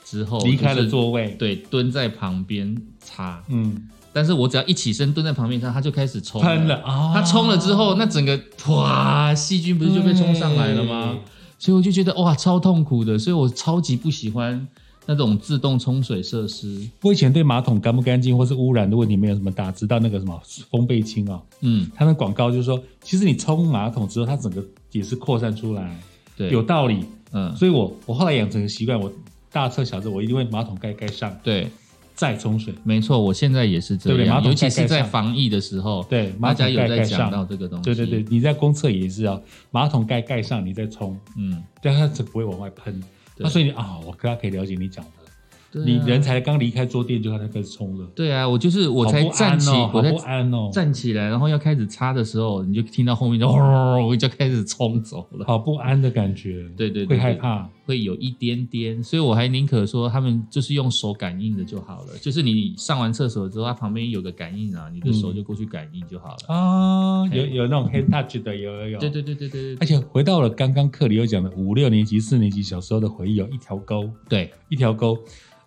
Speaker 2: 之后
Speaker 1: 离开了
Speaker 2: 哦就是
Speaker 1: 座位，
Speaker 2: 对，蹲在旁边擦。
Speaker 1: 嗯，
Speaker 2: 但是我只要一起身蹲在旁边擦，它就开始冲
Speaker 1: 喷了啊，
Speaker 2: 它冲了之后，那整个哇，细菌不是就被冲上来了吗？所以我就觉得哇，超痛苦的，所以我超级不喜欢那种自动冲水设施。
Speaker 1: 对？我以前对马桶干不干净或是污染的问题没有什么大，直到那个什么风贝清啊、哦，
Speaker 2: 嗯，
Speaker 1: 它的广告就是说，其实你冲马桶之后，它整个也是扩散出来，
Speaker 2: 对，
Speaker 1: 有道理。
Speaker 2: 嗯，
Speaker 1: 所以我我后来养成个习惯，我大厕小厕我一定会马桶盖盖上
Speaker 2: 对，
Speaker 1: 再冲水。
Speaker 2: 没错，我现在也是这
Speaker 1: 对不对马
Speaker 2: 样，
Speaker 1: 桶
Speaker 2: 尤其
Speaker 1: 盖
Speaker 2: 是
Speaker 1: 盖
Speaker 2: 在
Speaker 1: 上
Speaker 2: 防疫的时候，
Speaker 1: 对，马
Speaker 2: 大家
Speaker 1: 桶
Speaker 2: 有
Speaker 1: 盖
Speaker 2: 在
Speaker 1: 盖
Speaker 2: 讲到
Speaker 1: 上。
Speaker 2: 这个东西。
Speaker 1: 对对对，，你在公厕也是啊，马桶盖盖上，你再冲，
Speaker 2: 嗯，
Speaker 1: 但它是不会往外喷。
Speaker 2: 对
Speaker 1: 那所以你啊，我大家可以了解你讲的，
Speaker 2: 对啊
Speaker 1: 你人才刚离开桌垫就它开始冲了。
Speaker 2: 对啊，我就是我
Speaker 1: 好
Speaker 2: 才
Speaker 1: 不
Speaker 2: 站
Speaker 1: 安
Speaker 2: 起，
Speaker 1: 哦，好
Speaker 2: 我
Speaker 1: 不
Speaker 2: 才
Speaker 1: 安哦，
Speaker 2: 站起来，然后要开始擦的时候，你就听到后面就哦，我就开始冲走了。
Speaker 1: 好不安的感觉，
Speaker 2: 对对对
Speaker 1: 会
Speaker 2: 对
Speaker 1: 害怕，
Speaker 2: 会有一点点，所以我还宁可说他们就是用手感应的就好了，就是你上完厕所之后，它旁边有个感应啊，你的手就过去感应就好了。
Speaker 1: 啊，
Speaker 2: 嘿
Speaker 1: 有有那种 hand touch 的，有有有，
Speaker 2: 对对对对对
Speaker 1: 而
Speaker 2: 对
Speaker 1: 且回到了刚刚克里又讲的五六年级、四年级小时候的回忆哦，一条沟，
Speaker 2: 对
Speaker 1: 一条沟。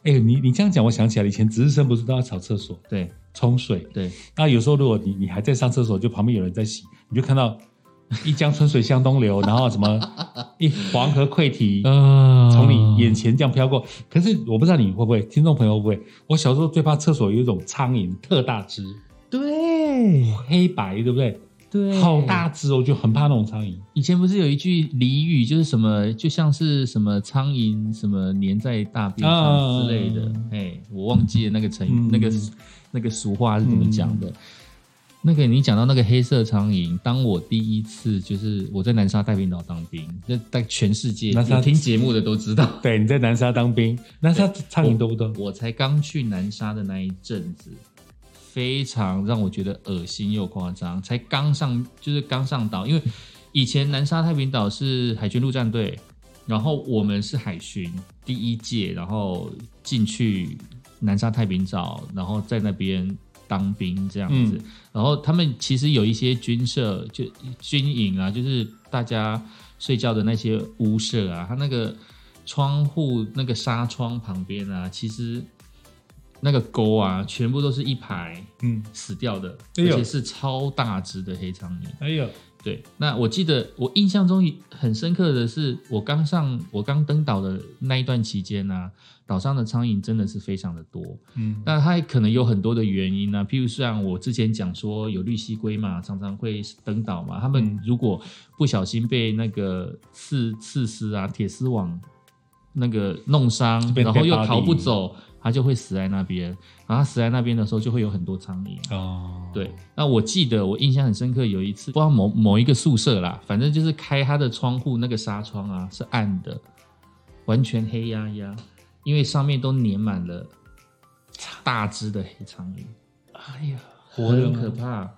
Speaker 1: 哎呦，你你这样讲，我想起来了，以前值日生不是都要扫厕所、
Speaker 2: 对
Speaker 1: 冲水？
Speaker 2: 对，
Speaker 1: 那有时候如果你你还在上厕所，就旁边有人在洗，你就看到一江春水向东流，然后什 么一黄河溃堤，
Speaker 2: 嗯
Speaker 1: 从你眼前这样飘过。可是我不知道你会不会，听众朋友会不会？我小时候最怕厕所有一种苍蝇，特大只，
Speaker 2: 对
Speaker 1: 黑白，对不对？
Speaker 2: 对
Speaker 1: 好大，只哦，我就很怕那种苍蝇。
Speaker 2: 以前不是有一句俚语，就是什么就像是什么苍蝇什么粘在大便上之类的，
Speaker 1: 啊
Speaker 2: 哎、我忘记了那个成语、
Speaker 1: 嗯
Speaker 2: 那个那个俗话是怎么讲的。那个你讲到那个黑色苍蝇，当我第一次就是我在南沙带兵岛当兵，那在全世界
Speaker 1: 南沙
Speaker 2: 有听节目的都知道，
Speaker 1: 对，你在南沙当兵，南沙苍蝇多不多？
Speaker 2: 我才刚去南沙的那一阵子，非常让我觉得恶心又夸张。才刚上，就是刚上岛，因为以前南沙太平岛是海军陆战队，然后我们是海巡第一届，然后进去南沙太平岛，然后在那边当兵这样子。
Speaker 1: 嗯
Speaker 2: 然后他们其实有一些军舍，就军营啊，就是大家睡觉的那些屋舍啊，它那个窗户那个纱窗旁边啊，其实那个沟啊，全部都是一排
Speaker 1: 嗯，
Speaker 2: 死掉的，
Speaker 1: 哎
Speaker 2: 而
Speaker 1: 呦
Speaker 2: 且是超大只的黑苍蝇。
Speaker 1: 哎呦，
Speaker 2: 对，那我记得我印象中很深刻的是，我刚上我刚登岛的那一段期间呢、啊，岛上的苍蝇真的是非常的多。
Speaker 1: 嗯
Speaker 2: 那它可能有很多的原因呢、譬如像我之前讲说有绿蜥龟嘛，常常会登岛嘛，它们
Speaker 1: 嗯
Speaker 2: 如果不小心被那个刺刺丝啊、铁丝网那个弄伤，
Speaker 1: 变
Speaker 2: 然后又
Speaker 1: dead body
Speaker 2: 逃不走，它就会死在那边。然后它死在那边的时候，就会有很多苍蝇。
Speaker 1: 哦，
Speaker 2: 对，那我记得我印象很深刻，有一次不知道某某一个宿舍啦，反正就是开它的窗户，那个纱窗啊是暗的，完全黑压压，因为上面都粘满了大只的黑苍蝇。
Speaker 1: 哎呀，活的
Speaker 2: 很
Speaker 1: 吗
Speaker 2: 可怕。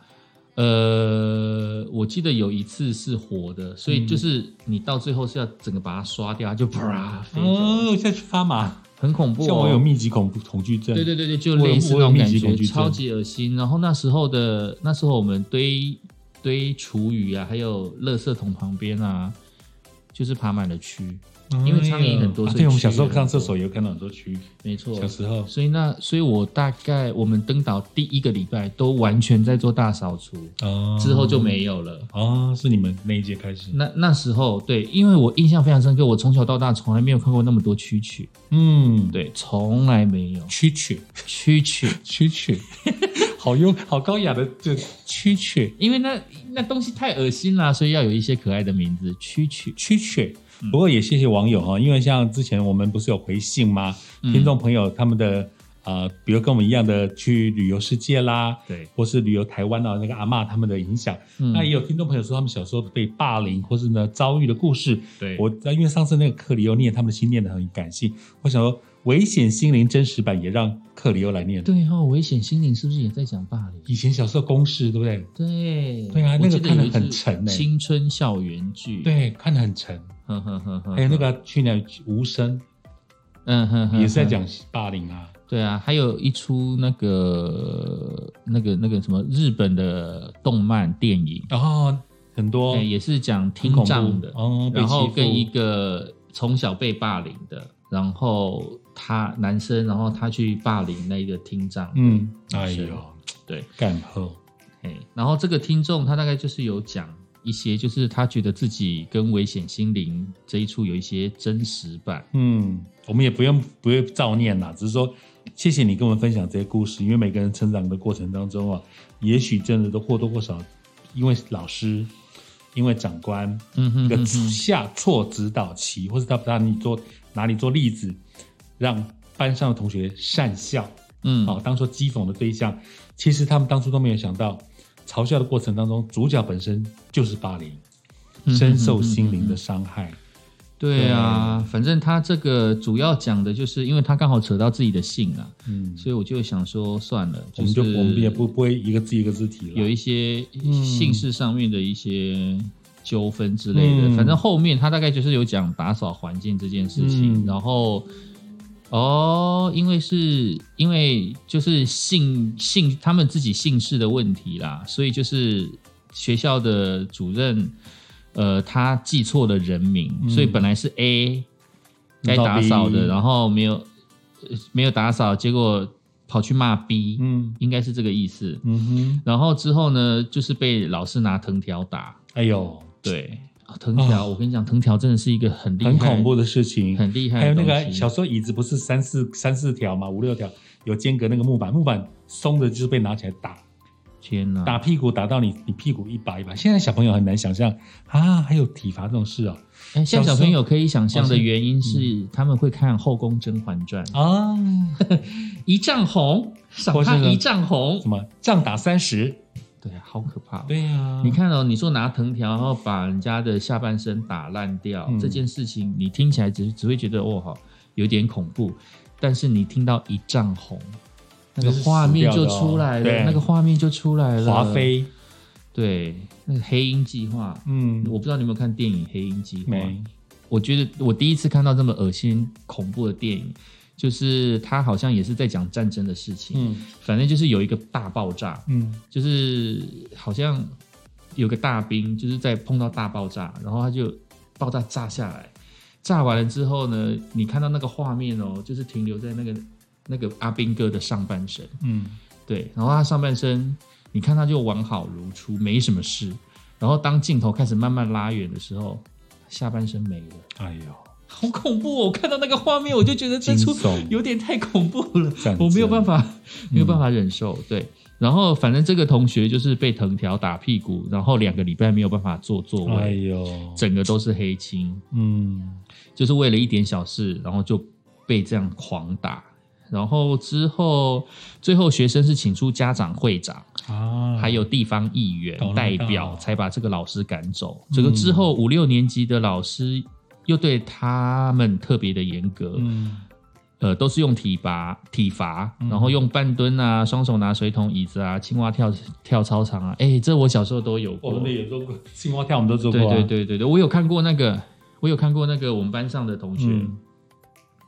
Speaker 2: 呃，我记得有一次是活的，所
Speaker 1: 嗯
Speaker 2: 以就是你到最后是要整个把它刷掉，它就啪飞走，
Speaker 1: 哦，现在去发麻，
Speaker 2: 很恐怖、哦。
Speaker 1: 像我有密集恐怖恐惧症，
Speaker 2: 对对对对，就
Speaker 1: 我有
Speaker 2: 类似
Speaker 1: 我有
Speaker 2: 那种
Speaker 1: 密
Speaker 2: 感
Speaker 1: 集
Speaker 2: 觉，
Speaker 1: 恐惧症
Speaker 2: 超级恶心。然后那时候的那时候我们堆堆厨余啊，还有垃圾桶旁边啊，就是爬满了蛆，
Speaker 1: 哎呦，
Speaker 2: 因为苍蝇很多
Speaker 1: 啊
Speaker 2: 所以
Speaker 1: 对，我们
Speaker 2: 蛆
Speaker 1: 小时候
Speaker 2: 也很
Speaker 1: 上厕
Speaker 2: 多
Speaker 1: 所也有看到很多蛆，
Speaker 2: 没错
Speaker 1: 小。时候
Speaker 2: 所以那所以我大概我们登岛第一个礼拜都完全在做大扫除，
Speaker 1: 哦，
Speaker 2: 之后就没嗯有了。
Speaker 1: 哦，是你们那一届开始，
Speaker 2: 那那时候，对，因为我印象非常深刻，我从小到大从来没有看过那么多蛐蛐，
Speaker 1: 嗯，
Speaker 2: 对，从来没有
Speaker 1: 蛐蛐，
Speaker 2: 蛐蛐，
Speaker 1: 蛐蛐，好优，好高雅的这蛐蛐，
Speaker 2: 因为那那东西太恶心啦，所以要有一些可爱的名字，蛐蛐。
Speaker 1: 蛐蛐。
Speaker 2: 嗯
Speaker 1: 不过也谢谢网友哈，因为像之前我们不是有回信吗？
Speaker 2: 嗯
Speaker 1: 听众朋友他们的呃，比如跟我们一样的去旅游世界啦，
Speaker 2: 对，
Speaker 1: 或是旅游台湾啊，那个阿嬷他们的影响。
Speaker 2: 嗯
Speaker 1: 那也有听众朋友说他们小时候被霸凌或是呢遭遇的故事。
Speaker 2: 对
Speaker 1: 我因为上次那个克里欧念他们的心念的很感性，我想说危险心灵真实版也让克里欧来念。
Speaker 2: 对哦，危险心灵是不是也在讲霸凌？
Speaker 1: 以前小时候公式对不对？
Speaker 2: 对，
Speaker 1: 对啊
Speaker 2: 我
Speaker 1: 那个
Speaker 2: 记得
Speaker 1: 看得
Speaker 2: 有一次
Speaker 1: 很沉欸
Speaker 2: 青春校园剧，，
Speaker 1: 对，看得很沉。
Speaker 2: 呵呵呵呵，
Speaker 1: 还有那个去年无声
Speaker 2: 嗯哼哼，
Speaker 1: 也是在
Speaker 2: 哼，
Speaker 1: 讲霸凌啊。
Speaker 2: 对啊，还有一出那个那个那个什么日本的动漫电影，
Speaker 1: 然后很多
Speaker 2: 哎，也是讲
Speaker 1: 哦很
Speaker 2: 听
Speaker 1: 恐
Speaker 2: 障
Speaker 1: 怖
Speaker 2: 的，
Speaker 1: 哦，被
Speaker 2: 然后
Speaker 1: 欺负
Speaker 2: 跟一个从小被霸凌的，然后他男生，然后他去霸凌那个听障，
Speaker 1: 嗯，哎
Speaker 2: 是
Speaker 1: 呦，
Speaker 2: 对，
Speaker 1: 干后
Speaker 2: 嘿，然后这个听众他大概就是有讲一些，就是他觉得自己跟《危险心灵》这一出有一些真实版，
Speaker 1: 嗯，我们也不用不会照念啦，只是说谢谢你跟我们分享这些故事，因为每个人成长的过程当中啊，也许真的都或多或少，因为老师，因为长官
Speaker 2: 嗯哼
Speaker 1: 一个
Speaker 2: 嗯哼
Speaker 1: 下错指导棋，或者他把你做哪里做例子，让班上的同学善笑，
Speaker 2: 嗯，
Speaker 1: 好、，当做讥讽的对象，其实他们当初都没有想到，嘲笑的过程当中，主角本身就是霸凌，深受心灵的伤害。
Speaker 2: 对啊，反正他这个主要讲的就是，因为他刚好扯到自己的性啊，
Speaker 1: 嗯，
Speaker 2: 所以我就想说算了，
Speaker 1: 我
Speaker 2: 就
Speaker 1: 们
Speaker 2: 是
Speaker 1: 就我们也不不会一个字一个字提了。
Speaker 2: 有一些
Speaker 1: 嗯
Speaker 2: 姓氏上面的一些纠纷之类的。
Speaker 1: 嗯
Speaker 2: 反正后面他大概就是有讲打扫环境这件事情，
Speaker 1: 嗯
Speaker 2: 然后哦，因为是因为就是姓姓他们自己姓氏的问题啦，所以就是学校的主任。呃，他记错了人名，
Speaker 1: 嗯
Speaker 2: 所以本来是 A 该打扫
Speaker 1: 弄到
Speaker 2: 的，
Speaker 1: B
Speaker 2: 然后没有呃没有打扫，结果跑去骂 B，、
Speaker 1: 嗯
Speaker 2: 应该是这个意思。
Speaker 1: 嗯哼，
Speaker 2: 然后之后呢，就是被老师拿藤条打。
Speaker 1: 哎呦，
Speaker 2: 对，啊藤条，我跟你讲，藤条真的是一个很厉害、
Speaker 1: 很恐怖的事情。
Speaker 2: 很厉害
Speaker 1: 还
Speaker 2: 的
Speaker 1: 有
Speaker 2: 东
Speaker 1: 那
Speaker 2: 西。
Speaker 1: 个小时候椅子不是三四三四条嘛，五六条有间隔那个木板，木板松的就是被拿起来打，
Speaker 2: 天哪，
Speaker 1: 打屁股打到你你屁股一把一把。现在小朋友很难想象啊，还有体罚这种事哦。
Speaker 2: 哎，像
Speaker 1: 小时候嗯
Speaker 2: 小朋友可以想象的原因是，他们会看《后宫甄嬛 传》，
Speaker 1: 啊，
Speaker 2: 一丈红，赏
Speaker 1: 或是
Speaker 2: 他
Speaker 1: 呢
Speaker 2: 一丈红
Speaker 1: 什。么仗打三十？
Speaker 2: 对啊，好可怕。
Speaker 1: 对呀、
Speaker 2: 你，看哦，你说拿藤条然后把人家的下半身打烂掉、
Speaker 1: 嗯
Speaker 2: 这件事情，你听起来只只会觉得哦，好有点恐怖，但是你听到一丈红，那个
Speaker 1: 那是
Speaker 2: 画面
Speaker 1: 死掉
Speaker 2: 就
Speaker 1: 的哦
Speaker 2: 出来了，
Speaker 1: 对
Speaker 2: 那个画面就出来了。
Speaker 1: 华，妃，
Speaker 2: 对，那个黑鹰计划，
Speaker 1: 嗯，
Speaker 2: 我不知道你有没有看电影《黑鹰计划》？
Speaker 1: 没，
Speaker 2: 我觉得我第一次看到这么恶心恐怖的电影，就是它好像也是在讲战争的事情，
Speaker 1: 嗯
Speaker 2: 反正就是有一个大爆炸，
Speaker 1: 嗯
Speaker 2: 就是好像有个大兵，就是在碰到大爆炸，然后他就爆炸炸下来，炸完了之后呢，你看到那个画面哦，就是停留在那个那个阿兵哥的上半身，
Speaker 1: 嗯，
Speaker 2: 对，然后他上半身，你看他就完好如初，没什么事。然后当镜头开始慢慢拉远的时候，下半身没了，
Speaker 1: 哎呦，
Speaker 2: 好恐怖、哦！我看到那个画面，我就觉得这
Speaker 1: 惊
Speaker 2: 出
Speaker 1: 悚，
Speaker 2: 有点太恐怖了
Speaker 1: 战，
Speaker 2: 我没有
Speaker 1: 争
Speaker 2: 办法，
Speaker 1: 嗯
Speaker 2: 没有办法忍受。对，然后反正这个同学就是被藤条打屁股，然后两个礼拜没有办法坐座
Speaker 1: 哎
Speaker 2: 位，
Speaker 1: 呦，
Speaker 2: 整个都是黑青，
Speaker 1: 嗯，
Speaker 2: 就是为了一点小事，然后就被这样狂打。然后之后，最后学生是请出家长会长，
Speaker 1: 啊，
Speaker 2: 还有地方议员
Speaker 1: 懂了
Speaker 2: 代
Speaker 1: 懂
Speaker 2: 表，
Speaker 1: 了
Speaker 2: 才把这个老师赶走。
Speaker 1: 嗯
Speaker 2: 这个之后，五六年级的老师又对他们特别的严格，
Speaker 1: 嗯，
Speaker 2: 呃，都是用体罚、体罚，
Speaker 1: 嗯
Speaker 2: 然后用半蹲啊，双手拿水桶、椅子啊，青蛙跳跳操场啊，哎、这我小时候都有
Speaker 1: 我
Speaker 2: 过。
Speaker 1: 们的也做过，青蛙跳我们都做
Speaker 2: 对
Speaker 1: 过、啊，
Speaker 2: 对对对对，我有看过那个，我有看过那个我们班上的同学，
Speaker 1: 嗯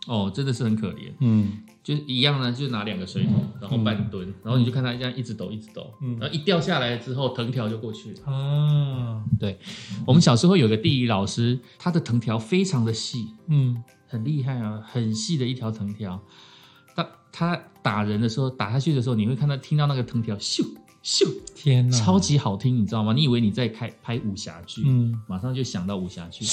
Speaker 2: 哦，真的是很可怜，
Speaker 1: 嗯
Speaker 2: 就是一样呢，就是拿两个水桶，然后半蹲，然后你就看他这样一直抖，一直抖，
Speaker 1: 嗯
Speaker 2: 然后一掉下来之后，藤条就过去了。
Speaker 1: 啊，
Speaker 2: 我们小时候有个地理老师，他的藤条非常的细，
Speaker 1: 嗯，
Speaker 2: 很厉害啊，很细的一条藤条。他他打人的时候，打下去的时候，你会看到听到那个藤条咻咻，
Speaker 1: 天哪，
Speaker 2: 超级好听，你知道吗？你以为你在开拍武侠剧，
Speaker 1: 嗯，
Speaker 2: 马上就想到武侠剧。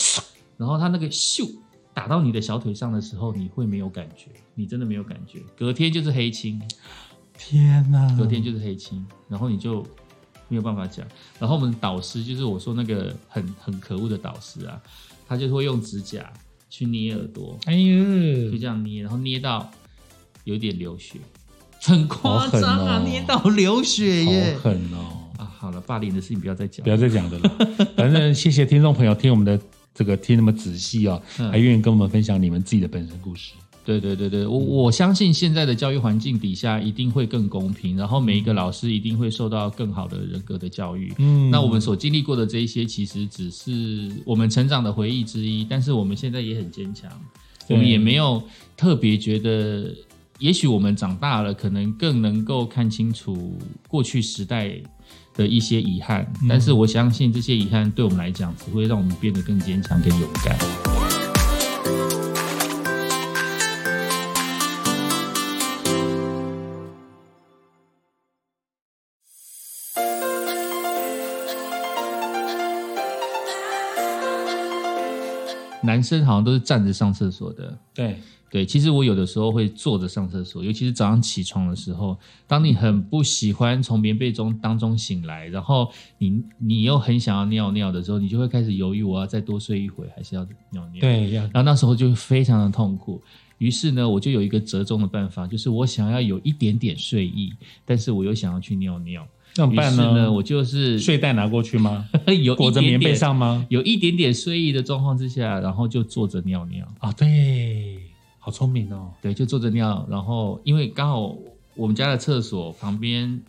Speaker 2: 然后他那个咻打到你的小腿上的时候，你会没有感觉，你真的没有感觉。隔天就是黑青，
Speaker 1: 天哪，
Speaker 2: 隔天就是黑青，然后你就没有办法讲。然后我们导师就是我说那个很很可恶的导师啊，他就会用指甲去捏耳朵，
Speaker 1: 哎呦
Speaker 2: 就，这样捏，然后捏到有点流血，很
Speaker 1: 好
Speaker 2: 夸
Speaker 1: 狠
Speaker 2: 张啊，
Speaker 1: 哦
Speaker 2: 捏到流血耶
Speaker 1: 好！狠哦！
Speaker 2: 啊，好了，霸凌的事情不要再讲
Speaker 1: 不。要再讲的了。 反正谢谢听众朋友听我们的这个听那么仔细哦，
Speaker 2: 嗯
Speaker 1: 还愿意跟我们分享你们自己的本身故事。
Speaker 2: 对对对对，我我相信现在的教育环境底下一定会更公平，然后每一个老师一定会受到更好的人格的教育。
Speaker 1: 嗯
Speaker 2: 那我们所经历过的这一些，其实只是我们成长的回忆之一，但是我们现在也很坚强，
Speaker 1: 对
Speaker 2: 我们也没有特别觉得，也许我们长大了，可能更能够看清楚过去时代的一些遗憾，但是我相信这些遗憾对我们来讲，只会让我们变得更坚强、更勇敢。男生好像都是站着上厕所的，
Speaker 1: 对，
Speaker 2: 对，其实我有的时候会坐着上厕所，尤其是早上起床的时候，当你很不喜欢从棉被中当中醒来，然后你你又很想要尿尿的时候，你就会开始犹豫，我要再多睡一会，还是要尿尿？。
Speaker 1: 对，要
Speaker 2: 然后那时候就会非常的痛苦。于是呢，我就有一个折中的办法，就是我想要有一点点睡意，但是我又想要去尿尿。
Speaker 1: 怎么
Speaker 2: 于
Speaker 1: 办
Speaker 2: 是呢，
Speaker 1: 呢？
Speaker 2: 我就是
Speaker 1: 睡袋拿过去 吗？
Speaker 2: 有一
Speaker 1: 裹着棉
Speaker 2: 点
Speaker 1: 被
Speaker 2: 点
Speaker 1: 上吗？
Speaker 2: 有一点点睡意的状况之下，然后就坐着尿尿。
Speaker 1: 啊，对，好聪明哦。
Speaker 2: 对，就坐着尿，然后因为刚好我们家的厕所旁边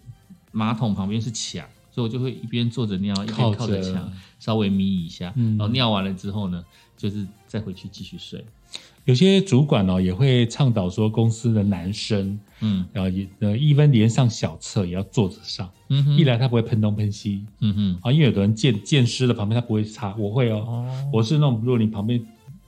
Speaker 2: 马桶旁边是墙，所以我就会一边坐着尿，一边靠着墙，稍微眯一下，
Speaker 1: 嗯
Speaker 2: 然后尿完了之后呢，就是再回去继续睡。
Speaker 1: 有些主管哦也会倡导说，公司的男生，
Speaker 2: 嗯
Speaker 1: 然后也呃，一分连上小厕也要坐着上，
Speaker 2: 嗯哼
Speaker 1: 一来他不会喷东喷西
Speaker 2: 嗯哼
Speaker 1: 啊，因为有的人见见湿了旁边他不会擦，我会哦，
Speaker 2: 哦，
Speaker 1: 我是那种如果你旁边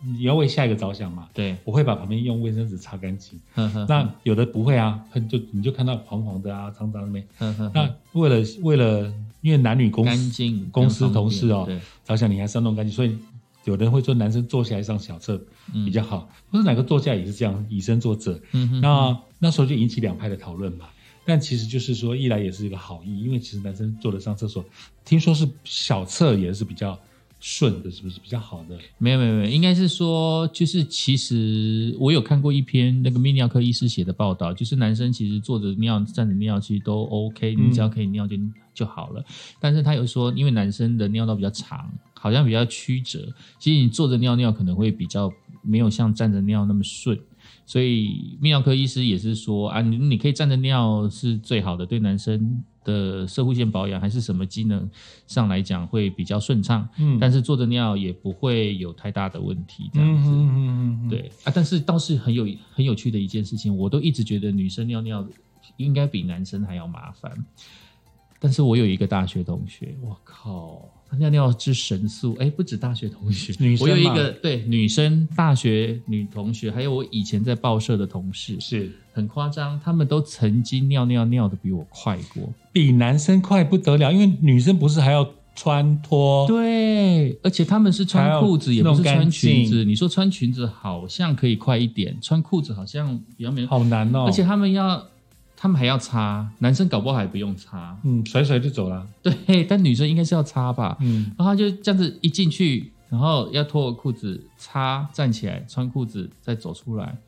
Speaker 1: 你要为下一个着想嘛，
Speaker 2: 对，
Speaker 1: 我会把旁边用卫生纸擦干净。
Speaker 2: 呵呵
Speaker 1: 那有的不会啊，喷就你就看到黄黄的啊，脏脏的没。
Speaker 2: 呵呵呵
Speaker 1: 那为了为了因为男女公
Speaker 2: 嗯干净
Speaker 1: 公司
Speaker 2: 更方
Speaker 1: 同事哦
Speaker 2: 便对，
Speaker 1: 着想，你还是要弄干净。所以有的人会说男生坐下来上小厕
Speaker 2: 嗯
Speaker 1: 比较好，或者哪个坐下也是这样，以身作则。
Speaker 2: 嗯哼，
Speaker 1: 那那时候就引起两派的讨论嘛。但其实就是说，一来也是一个好意，因为其实男生坐得上厕所，听说是小厕也是比较顺的，是不是比较好的？
Speaker 2: 没有没有没有，应该是说，就是其实我有看过一篇那个泌尿科医师写的报道，就是男生其实坐着尿、站着尿其实都 OK，
Speaker 1: 嗯
Speaker 2: 你只要可以尿就、就好了。但是他有说，因为男生的尿道比较长，好像比较曲折，其实你坐着尿尿可能会比较没有像站着尿那么顺。所以泌尿科医师也是说啊，你你可以站着尿是最好的，对男生的射护腺保养还是什么机能上来讲会比较顺畅。
Speaker 1: 嗯
Speaker 2: 但是坐着尿也不会有太大的问题，这样
Speaker 1: 嗯
Speaker 2: 子。
Speaker 1: 嗯嗯嗯，
Speaker 2: 对啊，但是倒是很有很有趣的一件事情，我都一直觉得女生尿尿应该比男生还要麻烦。但是我有一个大学同学，我靠，他尿尿之神速！哎，不止大学同学，
Speaker 1: 女生
Speaker 2: 我有一
Speaker 1: 嘛
Speaker 2: 个对女生大学女同学，还有我以前在报社的同事，
Speaker 1: 是。
Speaker 2: 很夸张，他们都曾经尿尿尿的比我快过。
Speaker 1: 比男生快不得了，因为女生不是还要穿脱，
Speaker 2: 对，而且他们是
Speaker 1: 还
Speaker 2: 穿
Speaker 1: 要
Speaker 2: 裤子，也不是
Speaker 1: 弄干
Speaker 2: 穿裙子。
Speaker 1: 净
Speaker 2: 你说穿裙子好像可以快一点，穿裤子好像比较没有。
Speaker 1: 好难哦。
Speaker 2: 而且他们要，他们还要擦，男生搞不好还不用擦。
Speaker 1: 嗯，甩甩就走了。
Speaker 2: 对，但女生应该是要擦吧？
Speaker 1: 嗯，
Speaker 2: 然后他就这样子一进去，然后要脱裤子，擦，站起来，穿裤子，再走出来。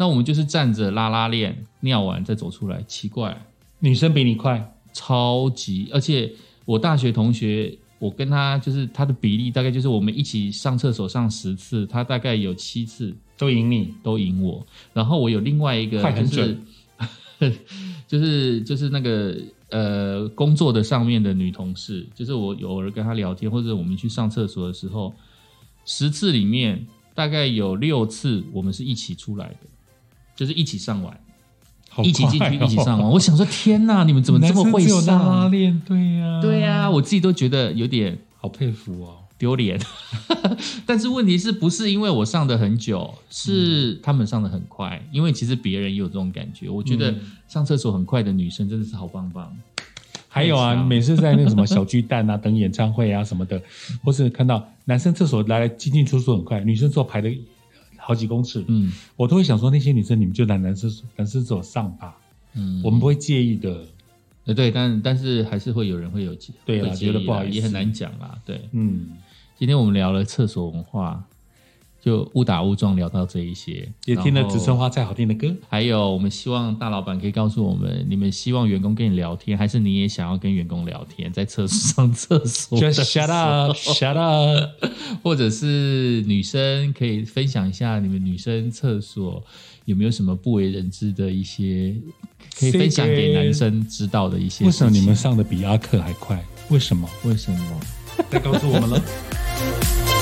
Speaker 2: 那我们就是站着拉拉链，尿完再走出来，奇怪。
Speaker 1: 女生比你快，
Speaker 2: 超级，而且我大学同学，我跟他就是他的比例大概就是我们一起上厕所上十次，他大概有七次
Speaker 1: 都赢你。
Speaker 2: 都赢我。然后我有另外一个
Speaker 1: 快
Speaker 2: 就
Speaker 1: 很
Speaker 2: 是 就是就是那个呃工作的上面的女同事，就是我有偶尔跟她聊天，或者我们去上厕所的时候，十次里面大概有六次我们是一起出来的，就是一起上完，
Speaker 1: 好
Speaker 2: 一起进
Speaker 1: 快
Speaker 2: 去
Speaker 1: 哦
Speaker 2: 一起上完。我想说天哪，你们怎么这么
Speaker 1: 男
Speaker 2: 会
Speaker 1: 生只有
Speaker 2: 上？啊
Speaker 1: 拉拉链？对呀、
Speaker 2: 对呀、我自己都觉得有点
Speaker 1: 好佩服哦。
Speaker 2: 丢脸。 但是问题是不是因为我上的很久，是
Speaker 1: 嗯
Speaker 2: 他们上的很快？因为其实别人也有这种感觉。我觉
Speaker 1: 嗯
Speaker 2: 得上厕所很快的女生真的是好棒棒。
Speaker 1: 还有啊，
Speaker 2: 太强
Speaker 1: 每次在那个什么小巨蛋啊、等演唱会啊什么的， 或是看到男生厕所来来进进出出很快，女生厕所排的好几公尺，
Speaker 2: 嗯
Speaker 1: 我都会想说那些女生你们就来男生男生厕所上吧，
Speaker 2: 嗯，
Speaker 1: 我们不会介意的。
Speaker 2: 呃对，但但是还是会有人会有介
Speaker 1: 对啊
Speaker 2: 会介意
Speaker 1: 觉得不好意思
Speaker 2: 也很难讲啦。对，
Speaker 1: 嗯，
Speaker 2: 今天我们聊了厕所文化，就误打误撞聊到这一些，
Speaker 1: 也听了
Speaker 2: 然后
Speaker 1: 植村花菜好听的歌，
Speaker 2: 还有，我们希望大老板可以告诉我们，你们希望员工跟你聊天，还是你也想要跟员工聊天，在厕所上厕所
Speaker 1: 就
Speaker 2: 的
Speaker 1: shut
Speaker 2: 时候
Speaker 1: up，shut up。
Speaker 2: 或者是女生可以分享一下你们女生厕所有没有什么不为人知的一些， 可以分享给
Speaker 1: Secret
Speaker 2: 男生知道的一些
Speaker 1: 为
Speaker 2: 事
Speaker 1: 什
Speaker 2: 情。
Speaker 1: 么你们上的比阿克还快？为什么？
Speaker 2: 为什么？
Speaker 1: 再告诉我们了。